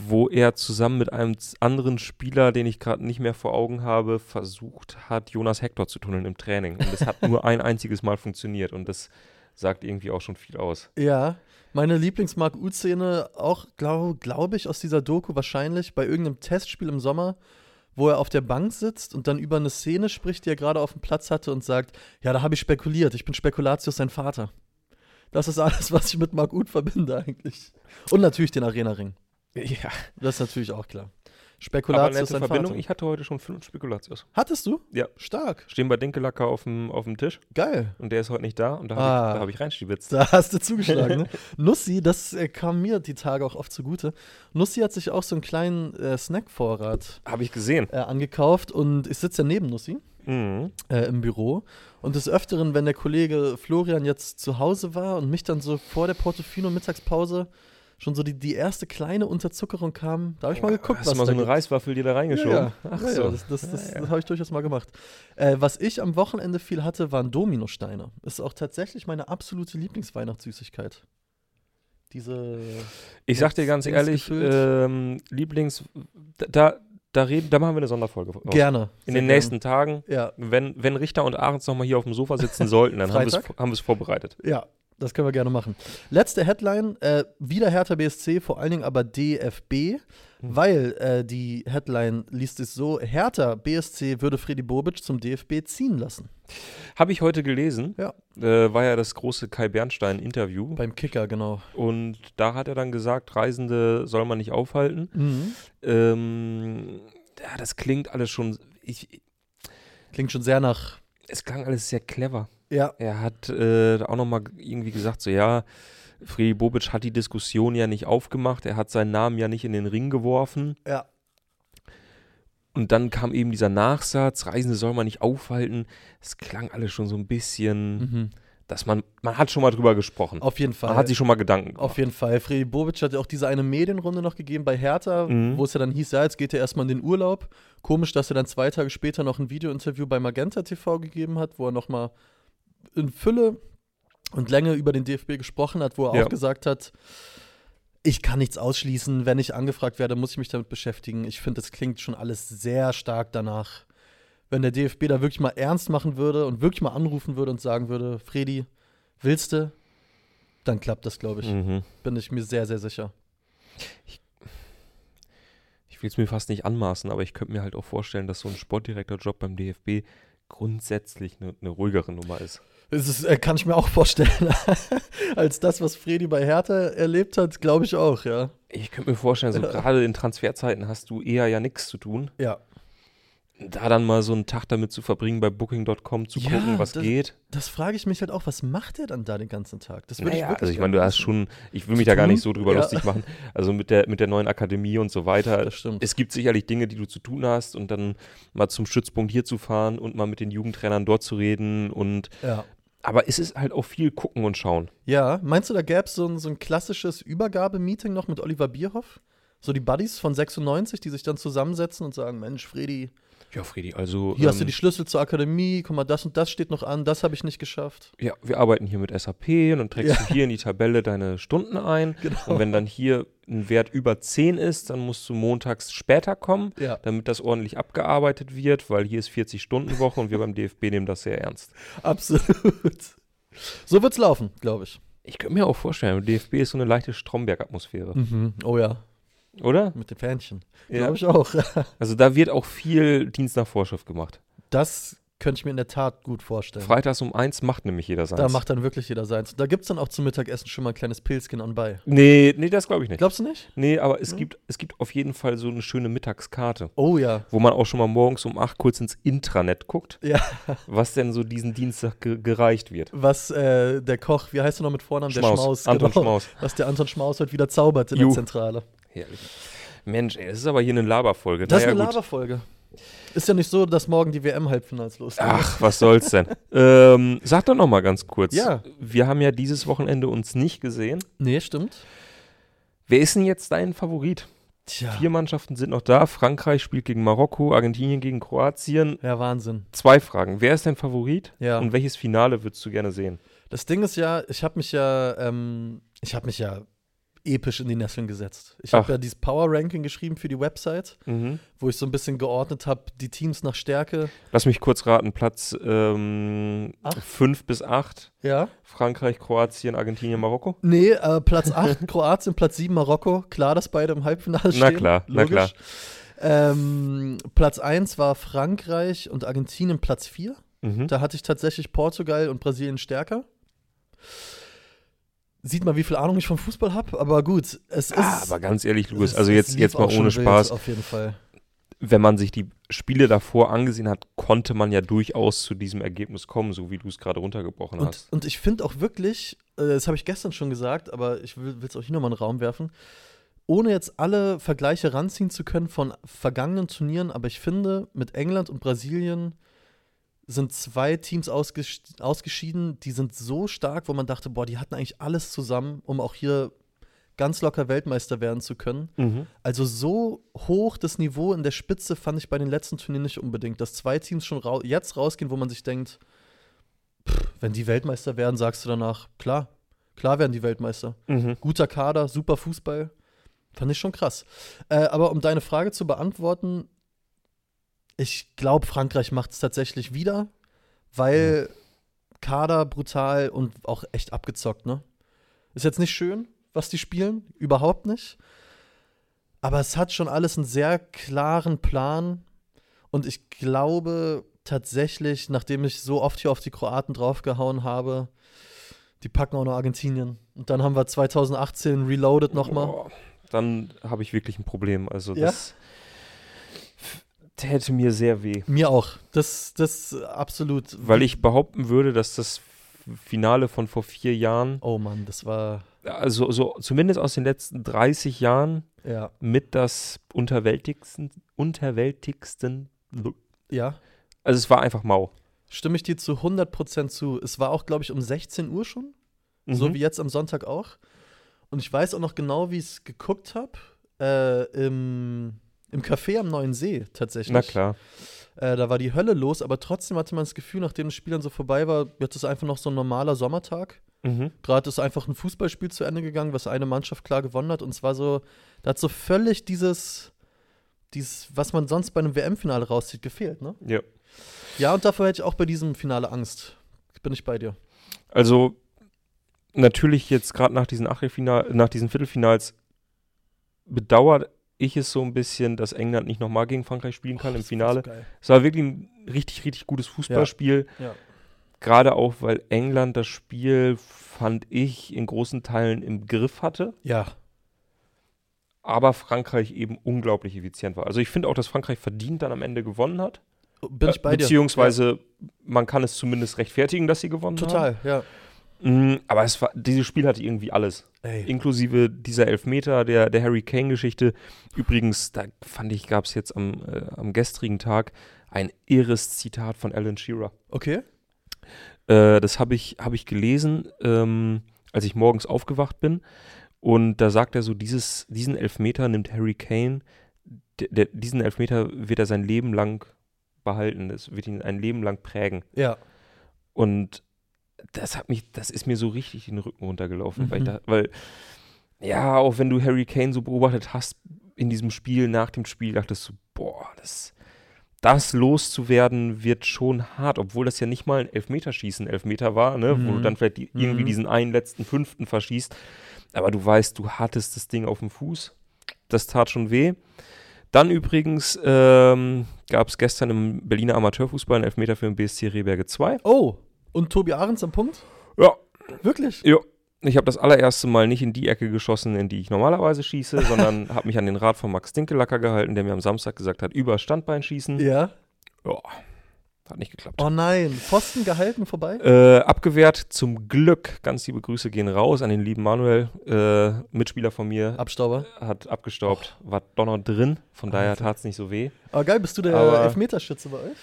Speaker 1: wo er zusammen mit einem z- anderen Spieler, den ich gerade nicht mehr vor Augen habe, versucht hat, Jonas Hector zu tunneln im Training und es hat nur ein einziges Mal funktioniert und das sagt irgendwie auch schon viel aus.
Speaker 2: Ja, meine Lieblings-Marc-Uth-Szene, auch glaube glaub ich aus dieser Doku wahrscheinlich, bei irgendeinem Testspiel im Sommer, wo er auf der Bank sitzt und dann über eine Szene spricht, die er gerade auf dem Platz hatte und sagt, ja, da habe ich spekuliert, ich bin Spekulatius, sein Vater. Das ist alles, was ich mit Marc-Uth verbinde eigentlich. Und natürlich den Arena-Ring,
Speaker 1: Ja,
Speaker 2: das ist natürlich auch klar.
Speaker 1: aber
Speaker 2: Spekulatius,
Speaker 1: nette
Speaker 2: sein
Speaker 1: Verbindung.
Speaker 2: Vater.
Speaker 1: Ich hatte heute schon fünf Spekulatius.
Speaker 2: Hattest du?
Speaker 1: Ja.
Speaker 2: Stark,
Speaker 1: Stehen bei Dinkelacker auf dem, auf dem Tisch
Speaker 2: geil.
Speaker 1: und der ist heute nicht da und da
Speaker 2: Ah.
Speaker 1: habe ich, da hab ich reinstiebitzt.
Speaker 2: Da hast du zugeschlagen. Ne? Nussi, das äh, kam mir die Tage auch oft zugute. Nussi hat sich auch so einen kleinen äh, Snackvorrat
Speaker 1: Habe ich gesehen.
Speaker 2: äh, angekauft und ich sitze ja neben Nussi
Speaker 1: Mhm.
Speaker 2: äh, im Büro. Und des Öfteren, wenn der Kollege Florian jetzt zu Hause war und mich dann so vor der Portofino-Mittagspause schon so die, die erste kleine Unterzuckerung kam, da habe ich mal geguckt,
Speaker 1: Hast du
Speaker 2: was
Speaker 1: mal so
Speaker 2: da
Speaker 1: eine
Speaker 2: gibt.
Speaker 1: Reiswaffel dir da
Speaker 2: Ja,
Speaker 1: reingeschoben?
Speaker 2: ja.
Speaker 1: Ach
Speaker 2: ja,
Speaker 1: so.
Speaker 2: ja, das, das, das,
Speaker 1: Ja, ja.
Speaker 2: habe ich durchaus mal gemacht. Äh, was ich am Wochenende viel hatte, waren Dominosteine. Ist auch tatsächlich meine absolute Lieblingsweihnachtssüßigkeit. Diese.
Speaker 1: Ich sag dir ganz
Speaker 2: Dings
Speaker 1: ehrlich,
Speaker 2: gefüllt.
Speaker 1: ähm, Lieblings, da, da reden, da machen wir eine Sonderfolge. draus.
Speaker 2: Gerne.
Speaker 1: In
Speaker 2: sehr
Speaker 1: den
Speaker 2: gerne.
Speaker 1: nächsten Tagen,
Speaker 2: Ja,
Speaker 1: wenn, wenn Richter und Ahrens nochmal hier auf dem Sofa sitzen sollten, dann haben wir
Speaker 2: Freitag?
Speaker 1: es haben wir's vorbereitet.
Speaker 2: ja, das können wir gerne machen. Letzte Headline: äh, wieder Hertha BSC, vor allen Dingen aber DFB,
Speaker 1: Hm.
Speaker 2: weil äh, die Headline liest es so: Hertha BSC würde Freddy Bobic zum DFB ziehen lassen.
Speaker 1: Habe ich heute gelesen,
Speaker 2: Ja.
Speaker 1: äh, war ja das große Kai Bernstein-Interview
Speaker 2: Beim Kicker, genau.
Speaker 1: und da hat er dann gesagt, Reisende soll man nicht aufhalten.
Speaker 2: Mhm.
Speaker 1: Ähm, ja, das klingt alles schon, ich,
Speaker 2: Klingt schon sehr nach.
Speaker 1: es klang alles sehr clever.
Speaker 2: Ja,
Speaker 1: Er hat äh, auch nochmal irgendwie gesagt, so ja, Freddy Bobic hat die Diskussion ja nicht aufgemacht, er hat seinen Namen ja nicht in den Ring geworfen.
Speaker 2: Ja.
Speaker 1: Und dann kam eben dieser Nachsatz, Reisende soll man nicht aufhalten. Es klang alles schon so ein bisschen, dass man, man hat schon mal drüber gesprochen.
Speaker 2: Mhm. Auf jeden Fall.
Speaker 1: Mhm. man hat sich schon mal Gedanken gemacht.
Speaker 2: auf jeden Fall. Freddy Bobic hat ja auch diese eine Medienrunde noch gegeben bei Hertha,
Speaker 1: Mhm.
Speaker 2: wo es ja dann hieß, ja, jetzt geht er erstmal in den Urlaub. Komisch, dass er dann zwei Tage später noch ein Videointerview bei Magenta TV gegeben hat, wo er nochmal in Fülle und Länge über den DFB gesprochen hat, wo er
Speaker 1: Ja.
Speaker 2: auch gesagt hat, ich kann nichts ausschließen, wenn ich angefragt werde, muss ich mich damit beschäftigen. Ich finde, das klingt schon alles sehr stark danach. Wenn der DFB da wirklich mal ernst machen würde und wirklich mal anrufen würde und sagen würde, Fredi, willst du? Dann klappt das, glaube ich.
Speaker 1: Mhm.
Speaker 2: Bin ich mir sehr, sehr sicher.
Speaker 1: Ich will es mir fast nicht anmaßen, aber ich könnte mir halt auch vorstellen, dass so ein Sportdirektorjob beim DFB grundsätzlich eine eine ruhigere Nummer ist.
Speaker 2: Das ist, äh, kann ich mir auch vorstellen. Als das, was Fredi bei Hertha erlebt hat, glaube ich auch, ja.
Speaker 1: Ich könnte mir vorstellen, so
Speaker 2: Äh.
Speaker 1: gerade in Transferzeiten hast du eher ja nichts zu tun.
Speaker 2: Ja.
Speaker 1: Da dann mal so einen Tag damit zu verbringen, bei Booking.com zu
Speaker 2: Ja,
Speaker 1: gucken, was
Speaker 2: das-
Speaker 1: geht.
Speaker 2: Das frage ich mich halt auch, was macht er dann da den ganzen Tag? Das würde
Speaker 1: Naja,
Speaker 2: ich wirklich
Speaker 1: also ich
Speaker 2: gerne
Speaker 1: meine, du hast
Speaker 2: wissen.
Speaker 1: schon, ich will
Speaker 2: Zu
Speaker 1: mich da gar
Speaker 2: tun?
Speaker 1: nicht so drüber
Speaker 2: Ja.
Speaker 1: lustig machen. Also mit der, mit der neuen Akademie und so weiter.
Speaker 2: Das stimmt.
Speaker 1: Es gibt sicherlich Dinge, die du zu tun hast und dann mal zum Stützpunkt hier zu fahren und mal mit den Jugendtrainern dort zu reden und
Speaker 2: Ja.
Speaker 1: aber es ist halt auch viel gucken und schauen.
Speaker 2: ja, meinst du, da gäbe es so ein, so ein klassisches Übergabemeeting noch mit Oliver Bierhoff? So die Buddies von 96, die sich dann zusammensetzen und sagen, Mensch, Fredi, ähm,
Speaker 1: Ja, Freddy, also.
Speaker 2: Hier hast du die Schlüssel zur Akademie, guck mal, das und das steht noch an, das habe ich nicht geschafft.
Speaker 1: ja, wir arbeiten hier mit SAP und dann trägst du hier in die Tabelle deine Stunden ein.
Speaker 2: Genau.
Speaker 1: Und wenn dann hier ein Wert über 10 ist, dann musst du montags später kommen,
Speaker 2: Ja.
Speaker 1: damit das ordentlich abgearbeitet wird, weil hier ist 40-Stunden-Woche und wir beim DFB nehmen das sehr ernst.
Speaker 2: Absolut. So wird's laufen, glaube ich.
Speaker 1: Ich könnte mir auch vorstellen, im DFB ist so eine leichte Stromberg-Atmosphäre,
Speaker 2: Oh ja,
Speaker 1: oder?
Speaker 2: mit den Fähnchen.
Speaker 1: Ja.
Speaker 2: Glaube ich auch.
Speaker 1: Also da wird auch viel Dienst nach Vorschrift gemacht.
Speaker 2: Das könnte ich mir in der Tat gut vorstellen.
Speaker 1: Freitags um eins macht nämlich jeder seins.
Speaker 2: Da macht dann wirklich jeder seins. Da gibt's dann auch zum Mittagessen schon mal ein kleines Pilzchen anbei.
Speaker 1: nee, nee, das glaube ich nicht.
Speaker 2: Glaubst du nicht?
Speaker 1: Nee, aber
Speaker 2: Mhm.
Speaker 1: es, gibt, es gibt auf jeden Fall so eine schöne Mittagskarte,
Speaker 2: Oh ja.
Speaker 1: wo man auch schon mal morgens um acht kurz ins Intranet guckt,
Speaker 2: Ja,
Speaker 1: was denn so diesen Dienstag ge gereicht wird.
Speaker 2: was äh, der Koch, wie heißt er noch mit Vornamen? Der
Speaker 1: Schmaus.
Speaker 2: Schmaus. genau.
Speaker 1: Anton Schmaus.
Speaker 2: Was der Anton Schmaus heute wieder zaubert in
Speaker 1: Ju.
Speaker 2: der Zentrale.
Speaker 1: Herrlich. Mensch, ey, das ist aber hier eine Laberfolge.
Speaker 2: Das ist
Speaker 1: naja,
Speaker 2: eine
Speaker 1: gut.
Speaker 2: Laberfolge. Ist ja nicht so, dass morgen die WM-Halbfinals losgeht.
Speaker 1: Ach, was soll's denn? ähm, sag doch noch mal ganz kurz.
Speaker 2: Ja.
Speaker 1: Wir haben ja dieses Wochenende uns nicht gesehen.
Speaker 2: Nee, stimmt.
Speaker 1: Wer ist denn jetzt dein Favorit?
Speaker 2: Tja.
Speaker 1: Vier Mannschaften sind noch da. Frankreich spielt gegen Marokko, Argentinien gegen Kroatien.
Speaker 2: Ja, Wahnsinn.
Speaker 1: Zwei Fragen. Wer ist dein Favorit?
Speaker 2: Ja.
Speaker 1: Und welches Finale würdest du gerne sehen?
Speaker 2: Das Ding ist ja, ich habe mich ja, ähm, ich habe mich ja episch in die Nesseln gesetzt. Ich
Speaker 1: Ach.
Speaker 2: habe ja dieses Power-Ranking geschrieben für die Website,
Speaker 1: Mhm.
Speaker 2: wo ich so ein bisschen geordnet habe, die Teams nach Stärke.
Speaker 1: Lass mich kurz raten. Platz ähm,
Speaker 2: Acht.
Speaker 1: fünf bis acht.
Speaker 2: Ja.
Speaker 1: Frankreich, Kroatien, Argentinien, Marokko.
Speaker 2: Nee, äh, Platz 8 Kroatien, Platz 7 Marokko. Klar, dass beide im Halbfinale stehen.
Speaker 1: Na klar, na klar.
Speaker 2: Ähm, Platz 1 war Frankreich und Argentinien Platz 4.
Speaker 1: Mhm.
Speaker 2: Da hatte ich tatsächlich Portugal und Brasilien stärker. Sieht man, wie viel Ahnung ich vom Fußball habe, aber gut, es ist.
Speaker 1: Ah, aber ganz ehrlich,
Speaker 2: es
Speaker 1: Louis,
Speaker 2: ist-
Speaker 1: also
Speaker 2: es
Speaker 1: jetzt,
Speaker 2: lief
Speaker 1: jetzt mal
Speaker 2: auch schon
Speaker 1: ohne
Speaker 2: wild,
Speaker 1: Spaß,
Speaker 2: Auf jeden Fall.
Speaker 1: wenn man sich die Spiele davor angesehen hat, konnte man ja durchaus zu diesem Ergebnis kommen, so wie du es gerade runtergebrochen
Speaker 2: Und,
Speaker 1: hast.
Speaker 2: und ich finde auch wirklich, äh, das habe ich gestern schon gesagt, aber ich will es auch hier nochmal in den Raum werfen, ohne jetzt alle Vergleiche ranziehen zu können von vergangenen Turnieren, aber ich finde, mit England und Brasilien sind zwei Teams ausges ausgeschieden, die sind so stark, wo man dachte, boah, die hatten eigentlich alles zusammen, um auch hier ganz locker Weltmeister werden zu können.
Speaker 1: Mhm.
Speaker 2: Also so hoch das Niveau in der Spitze fand ich bei den letzten Turnieren nicht unbedingt, dass zwei Teams schon rau jetzt rausgehen, wo man sich denkt, pff, wenn die Weltmeister werden, sagst du danach, klar, klar werden die Weltmeister.
Speaker 1: Mhm.
Speaker 2: Guter Kader, super Fußball. Fand ich schon krass. Äh, aber um deine Frage zu beantworten, ich glaube, Frankreich macht es tatsächlich wieder, weil Kader brutal und auch echt abgezockt, ne? Ist jetzt nicht schön, was die spielen, überhaupt nicht. Aber es hat schon alles einen sehr klaren Plan. Und ich glaube tatsächlich, nachdem ich so oft hier auf die Kroaten draufgehauen habe, die packen auch noch Argentinien. Und dann haben wir 2018 reloaded nochmal.
Speaker 1: Boah, Dann habe ich wirklich ein Problem. Also
Speaker 2: Ja?
Speaker 1: das täte mir sehr weh.
Speaker 2: Mir auch. Das, das äh, absolut.
Speaker 1: Weil ich behaupten würde, dass das Finale von vor vier Jahren,
Speaker 2: Oh Mann, das war.
Speaker 1: also so zumindest aus den letzten 30 Jahren,
Speaker 2: Ja.
Speaker 1: mit das unterwältigsten, unterwältigsten.
Speaker 2: Ja.
Speaker 1: Also es war einfach mau.
Speaker 2: Stimme ich dir zu 100% zu. Es war auch, glaube ich, um 16 Uhr schon.
Speaker 1: Mhm.
Speaker 2: so wie jetzt am Sonntag auch. Und ich weiß auch noch genau, wie ich es geguckt habe. Äh, im, Im Café am Neuen See tatsächlich.
Speaker 1: Na klar.
Speaker 2: Äh, da war die Hölle los, aber trotzdem hatte man das Gefühl, nachdem das Spiel dann so vorbei war, jetzt ist einfach noch so ein normaler Sommertag.
Speaker 1: Mhm.
Speaker 2: Gerade ist einfach ein Fußballspiel zu Ende gegangen, was eine Mannschaft klar gewonnen hat. Und zwar so, da hat so völlig dieses, dieses was man sonst bei einem WM-Finale rauszieht, gefehlt. Ne?
Speaker 1: Ja.
Speaker 2: Ja, und davor hätte ich auch bei diesem Finale Angst. Bin ich bei dir.
Speaker 1: Also natürlich jetzt gerade nach diesen Achtelfinal, nach diesen Viertelfinals bedauert ich es so ein bisschen, dass England nicht nochmal gegen Frankreich spielen kann im
Speaker 2: Das war so
Speaker 1: Finale.
Speaker 2: geil.
Speaker 1: Es war wirklich ein richtig, richtig gutes Fußballspiel.
Speaker 2: Ja. Ja.
Speaker 1: Gerade auch, weil England das Spiel, fand ich, in großen Teilen im Griff hatte,
Speaker 2: Ja,
Speaker 1: aber Frankreich eben unglaublich effizient war. Also ich finde auch, dass Frankreich verdient dann am Ende gewonnen hat.
Speaker 2: bin ich
Speaker 1: Äh,
Speaker 2: bei dir.
Speaker 1: Beziehungsweise man kann es zumindest rechtfertigen, dass sie gewonnen haben.
Speaker 2: Total, ja.
Speaker 1: Mm, Aber es war, dieses Spiel hatte irgendwie alles.
Speaker 2: Ey.
Speaker 1: Inklusive dieser Elfmeter, der, der Harry Kane-Geschichte. Übrigens, da fand ich, gab es jetzt am, äh, am gestrigen Tag ein irres Zitat von Alan Shearer.
Speaker 2: Okay.
Speaker 1: Äh, das habe ich, hab ich gelesen, ähm, als ich morgens aufgewacht bin. Und da sagt er so: dieses, Diesen Elfmeter nimmt Harry Kane, der, der, diesen Elfmeter wird er sein Leben lang behalten. Das wird ihn ein Leben lang prägen.
Speaker 2: Ja.
Speaker 1: Und das hat mich, das ist mir so richtig den Rücken runtergelaufen, weil, ich
Speaker 2: Mhm.
Speaker 1: da, weil ja, auch wenn du Harry Kane so beobachtet hast in diesem Spiel, nach dem Spiel, dachtest du, boah, das, das loszuwerden wird schon hart, obwohl das ja nicht mal ein Elfmeterschießen Elfmeter war, ne, wo du
Speaker 2: Mhm.
Speaker 1: dann vielleicht die, irgendwie
Speaker 2: Mhm.
Speaker 1: diesen einen letzten Fünften verschießt, aber du weißt, du hattest das Ding auf dem Fuß, das tat schon weh. Dann übrigens ähm, gab es gestern im Berliner Amateurfußball einen Elfmeter für den BSC Rehberge 2.
Speaker 2: Oh, und Tobi Ahrens am Punkt?
Speaker 1: Ja,
Speaker 2: Wirklich?
Speaker 1: Ja, ich habe das allererste Mal nicht in die Ecke geschossen, in die ich normalerweise schieße, sondern habe mich an den Rat von Max Dinkelacker gehalten, der mir am Samstag gesagt hat, über Standbein schießen.
Speaker 2: Ja.
Speaker 1: Ja, hat nicht geklappt.
Speaker 2: Oh nein, Pfosten gehalten vorbei?
Speaker 1: Äh, abgewehrt, zum Glück. Ganz liebe Grüße gehen raus an den lieben Manuel, äh, Mitspieler von mir,
Speaker 2: Abstauber.
Speaker 1: hat abgestaubt, war Donner drin, von daher
Speaker 2: Oh. Alter.
Speaker 1: tat es nicht so weh.
Speaker 2: Aber geil, bist du der
Speaker 1: Aber-
Speaker 2: Elfmeterschütze bei euch?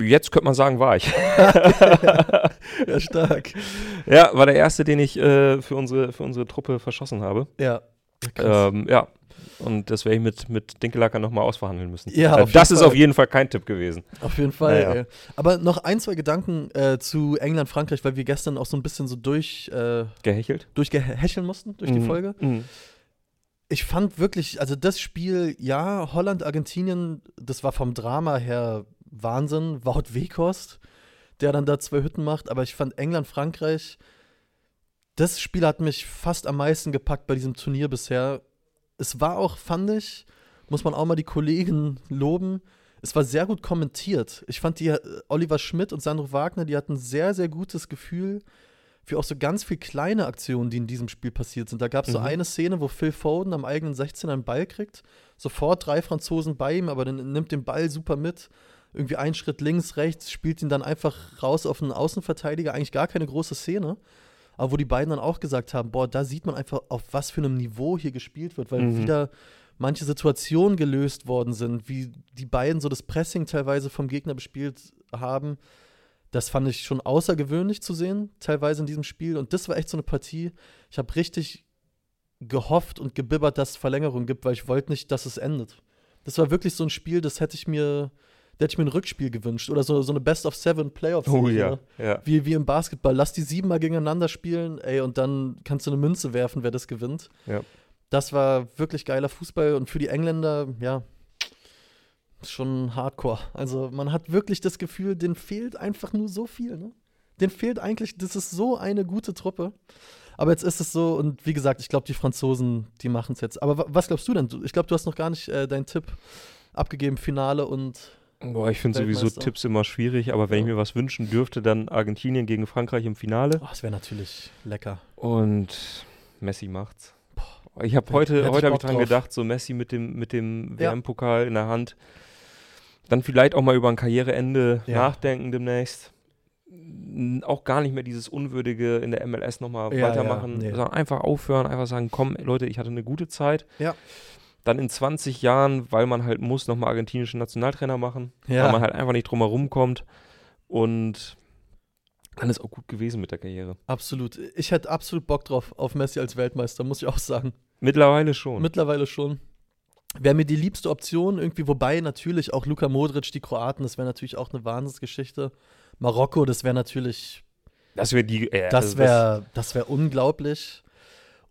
Speaker 1: Jetzt könnte man sagen, war ich.
Speaker 2: Ja, stark.
Speaker 1: ja, war der erste, den ich äh, für, unsere, für unsere Truppe verschossen habe.
Speaker 2: ja.
Speaker 1: Ähm, ja. Und das werde ich mit, mit Dinkelacker nochmal ausverhandeln müssen.
Speaker 2: Ja,
Speaker 1: Äh,
Speaker 2: auf
Speaker 1: das
Speaker 2: jeden
Speaker 1: ist
Speaker 2: Fall.
Speaker 1: auf jeden Fall kein Tipp gewesen.
Speaker 2: Auf jeden Fall.
Speaker 1: Naja.
Speaker 2: Ey. Aber noch ein, zwei Gedanken äh, zu England, Frankreich, weil wir gestern auch so ein bisschen so durch, äh,
Speaker 1: Gehechelt?
Speaker 2: durchgehächeln mussten durch die
Speaker 1: Mhm.
Speaker 2: Folge.
Speaker 1: Mhm.
Speaker 2: Ich fand wirklich, also das Spiel, ja, Holland, Argentinien, das war vom Drama her Wahnsinn. Wout Weghorst, der dann da zwei Hütten macht, aber ich fand England, Frankreich, das Spiel hat mich fast am meisten gepackt bei diesem Turnier bisher. Es war auch, fand ich, muss man auch mal die Kollegen loben. Es war sehr gut kommentiert. Ich fand die äh, Oliver Schmidt und Sandro Wagner, die hatten sehr, sehr gutes Gefühl für auch so ganz viel kleine Aktionen, die in diesem Spiel passiert sind. Da gab es so
Speaker 1: Mhm.
Speaker 2: eine Szene, wo Phil Foden am eigenen 16er einen Ball kriegt. Sofort drei Franzosen bei ihm, aber dann nimmt den Ball super mit. Irgendwie einen Schritt links, rechts, spielt ihn dann einfach raus auf einen Außenverteidiger. Eigentlich gar keine große Szene. Aber wo die beiden dann auch gesagt haben, boah, da sieht man einfach, auf was für einem Niveau hier gespielt wird, weil
Speaker 1: Mhm.
Speaker 2: wieder manche Situationen gelöst worden sind, wie die beiden so das Pressing teilweise vom Gegner bespielt haben. Das fand ich schon außergewöhnlich zu sehen, teilweise in diesem Spiel. Und das war echt so eine Partie. Ich habe richtig gehofft und gebibbert, dass es Verlängerung gibt, weil ich wollte nicht, dass es endet. Das war wirklich so ein Spiel, das hätte ich mir, da hätte ich mir ein Rückspiel gewünscht oder so, so eine Best of Seven Playoffs.
Speaker 1: Oh ja. ja.
Speaker 2: Wie, wie im Basketball. Lass die siebenmal gegeneinander spielen, ey, und dann kannst du eine Münze werfen, wer das gewinnt.
Speaker 1: Ja.
Speaker 2: Das war wirklich geiler Fußball und für die Engländer, ja, schon hardcore. Also man hat wirklich das Gefühl, denen fehlt einfach nur so viel, ne? Den fehlt eigentlich, das ist so eine gute Truppe. Aber jetzt ist es so, und wie gesagt, ich glaube, die Franzosen, die machen es jetzt. Aber wa- was glaubst du denn? Du- Ich glaube, du hast noch gar nicht äh, deinen Tipp abgegeben, Finale und
Speaker 1: Boah, ich finde sowieso
Speaker 2: Weltmeister.
Speaker 1: Tipps immer schwierig, aber wenn ich
Speaker 2: Ja.
Speaker 1: mir was wünschen dürfte, dann Argentinien gegen Frankreich im Finale.
Speaker 2: oh, es wäre natürlich lecker.
Speaker 1: Und Messi macht's. Ich habe heute,
Speaker 2: hätte ich
Speaker 1: heute habe
Speaker 2: Bock
Speaker 1: ich dran
Speaker 2: drauf.
Speaker 1: gedacht, so Messi mit dem, mit dem
Speaker 2: Ja.
Speaker 1: WM-Pokal in der Hand. Dann vielleicht auch mal über ein Karriereende
Speaker 2: Ja.
Speaker 1: nachdenken demnächst. N- Auch gar nicht mehr dieses Unwürdige in der MLS nochmal
Speaker 2: Ja,
Speaker 1: weitermachen,
Speaker 2: ja, nee.
Speaker 1: sondern einfach aufhören, einfach sagen, komm, Leute, ich hatte eine gute Zeit.
Speaker 2: Ja.
Speaker 1: Dann in 20 Jahren, weil man halt muss, nochmal argentinischen Nationaltrainer machen,
Speaker 2: Ja.
Speaker 1: weil man halt einfach nicht drum herum kommt. Und dann ist auch gut gewesen mit der Karriere.
Speaker 2: Absolut. Ich hätte absolut Bock drauf auf Messi als Weltmeister, muss ich auch sagen.
Speaker 1: Mittlerweile schon.
Speaker 2: Mittlerweile schon. Wäre mir die liebste Option irgendwie, wobei natürlich auch Luka Modric, die Kroaten, das wäre natürlich auch eine Wahnsinnsgeschichte. Marokko, das wäre natürlich,
Speaker 1: Das wäre die. Äh,
Speaker 2: das wäre, das wäre unglaublich.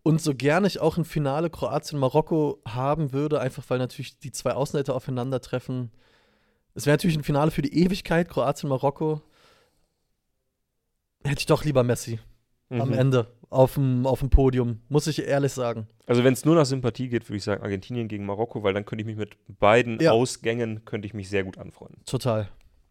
Speaker 2: Und so gerne ich auch ein Finale Kroatien-Marokko haben würde, einfach weil natürlich die zwei Außenleiter aufeinandertreffen. Es wäre natürlich ein Finale für die Ewigkeit, Kroatien-Marokko. Hätte ich doch lieber Messi. am
Speaker 1: Mhm.
Speaker 2: Ende auf dem, auf dem Podium, muss ich ehrlich sagen.
Speaker 1: Also wenn es nur nach Sympathie geht, würde ich sagen Argentinien gegen Marokko, weil dann könnte ich mich mit beiden
Speaker 2: Ja.
Speaker 1: Ausgängen könnte ich mich sehr gut anfreunden.
Speaker 2: Total.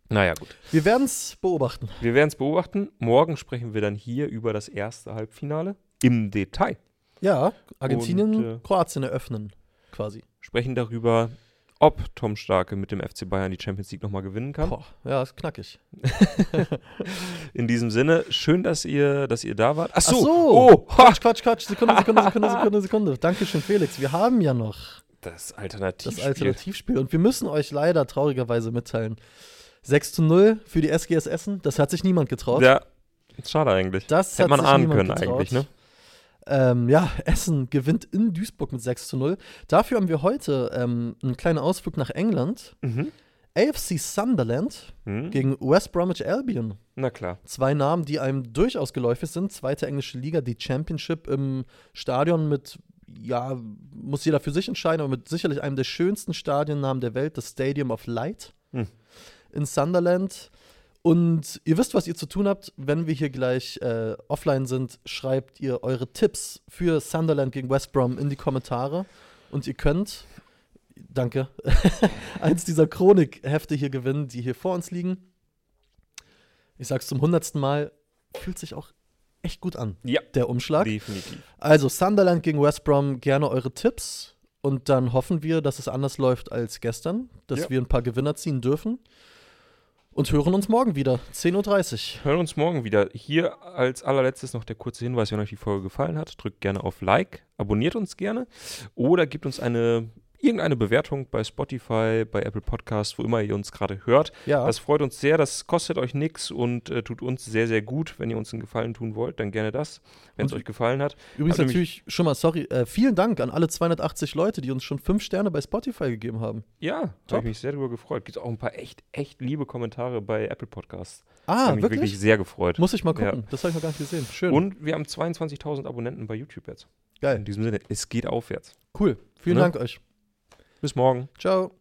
Speaker 1: Naja, gut.
Speaker 2: Wir werden es beobachten.
Speaker 1: Wir werden es beobachten. Morgen sprechen wir dann hier über das erste Halbfinale im Detail.
Speaker 2: Ja, Argentinien,
Speaker 1: Und, äh,
Speaker 2: Kroatien eröffnen, quasi.
Speaker 1: Sprechen darüber, ob Tom Starke mit dem FC Bayern die Champions League nochmal gewinnen kann.
Speaker 2: Boah, ja, ist knackig.
Speaker 1: In diesem Sinne, schön, dass ihr, dass ihr da wart. Ach so,
Speaker 2: Ach so.
Speaker 1: oh, ha,
Speaker 2: Quatsch, Quatsch, Quatsch. Sekunde, Sekunde, Sekunde, Sekunde, Sekunde. Dankeschön, Felix. Wir haben ja noch
Speaker 1: das Alternativ.
Speaker 2: das Alternativspiel und wir müssen euch leider traurigerweise mitteilen. 6 zu 0 für die SGS Essen, das hat sich niemand getraut.
Speaker 1: Ja, schade eigentlich.
Speaker 2: Das
Speaker 1: Hätte
Speaker 2: hat
Speaker 1: man
Speaker 2: sich
Speaker 1: ahnen
Speaker 2: niemand
Speaker 1: können
Speaker 2: getraut.
Speaker 1: eigentlich, ne?
Speaker 2: Ähm, ja, Essen gewinnt in Duisburg mit 6 zu 0. Dafür haben wir heute ähm, einen kleinen Ausflug nach England.
Speaker 1: Mhm.
Speaker 2: AFC Sunderland
Speaker 1: Hm?
Speaker 2: gegen West Bromwich Albion.
Speaker 1: Na klar.
Speaker 2: Zwei Namen, die einem durchaus geläufig sind. Zweite englische Liga, die Championship im Stadion mit, ja, muss jeder für sich entscheiden, aber mit sicherlich einem der schönsten Stadionnamen der Welt, das Stadium of Light
Speaker 1: Hm.
Speaker 2: in Sunderland. Und ihr wisst, was ihr zu tun habt. Wenn wir hier gleich äh, offline sind, schreibt ihr eure Tipps für Sunderland gegen West Brom in die Kommentare. Und ihr könnt, danke, eins dieser Chronikhefte hier gewinnen, die hier vor uns liegen ich sag's zum hundertsten Mal, fühlt sich auch echt gut an,
Speaker 1: Ja,
Speaker 2: der Umschlag.
Speaker 1: definitiv.
Speaker 2: Also Sunderland gegen West Brom, gerne eure Tipps. Und dann hoffen wir, dass es anders läuft als gestern, dass
Speaker 1: Ja.
Speaker 2: wir ein paar Gewinner ziehen dürfen. Und hören uns morgen wieder, 10.30 Uhr.
Speaker 1: Hören uns morgen wieder. Hier als allerletztes noch der kurze Hinweis, wenn euch die Folge gefallen hat, drückt gerne auf Like, abonniert uns gerne oder gebt uns eine irgendeine Bewertung bei Spotify, bei Apple Podcasts, wo immer ihr uns gerade hört.
Speaker 2: Ja,
Speaker 1: Das freut uns sehr, das kostet euch nichts und äh, tut uns sehr, sehr gut. Wenn ihr uns einen Gefallen tun wollt, dann gerne das, wenn es
Speaker 2: Und-
Speaker 1: euch gefallen hat.
Speaker 2: übrigens
Speaker 1: hat
Speaker 2: natürlich schon mal, sorry, äh, vielen Dank an alle 280 Leute, die uns schon fünf Sterne bei Spotify gegeben haben.
Speaker 1: Ja, da
Speaker 2: Top.
Speaker 1: habe ich mich sehr darüber gefreut. Gibt auch ein paar echt, echt liebe Kommentare bei Apple Podcasts.
Speaker 2: Ah,
Speaker 1: habe mich
Speaker 2: wirklich?
Speaker 1: wirklich? sehr gefreut.
Speaker 2: Muss ich mal
Speaker 1: Ja.
Speaker 2: gucken, das habe ich noch gar nicht gesehen. Schön,
Speaker 1: Und wir haben 22.000 Abonnenten bei YouTube jetzt.
Speaker 2: geil,
Speaker 1: In diesem Sinne, es geht aufwärts.
Speaker 2: cool. Vielen
Speaker 1: Ne?
Speaker 2: Dank euch.
Speaker 1: Bis morgen.
Speaker 2: Ciao.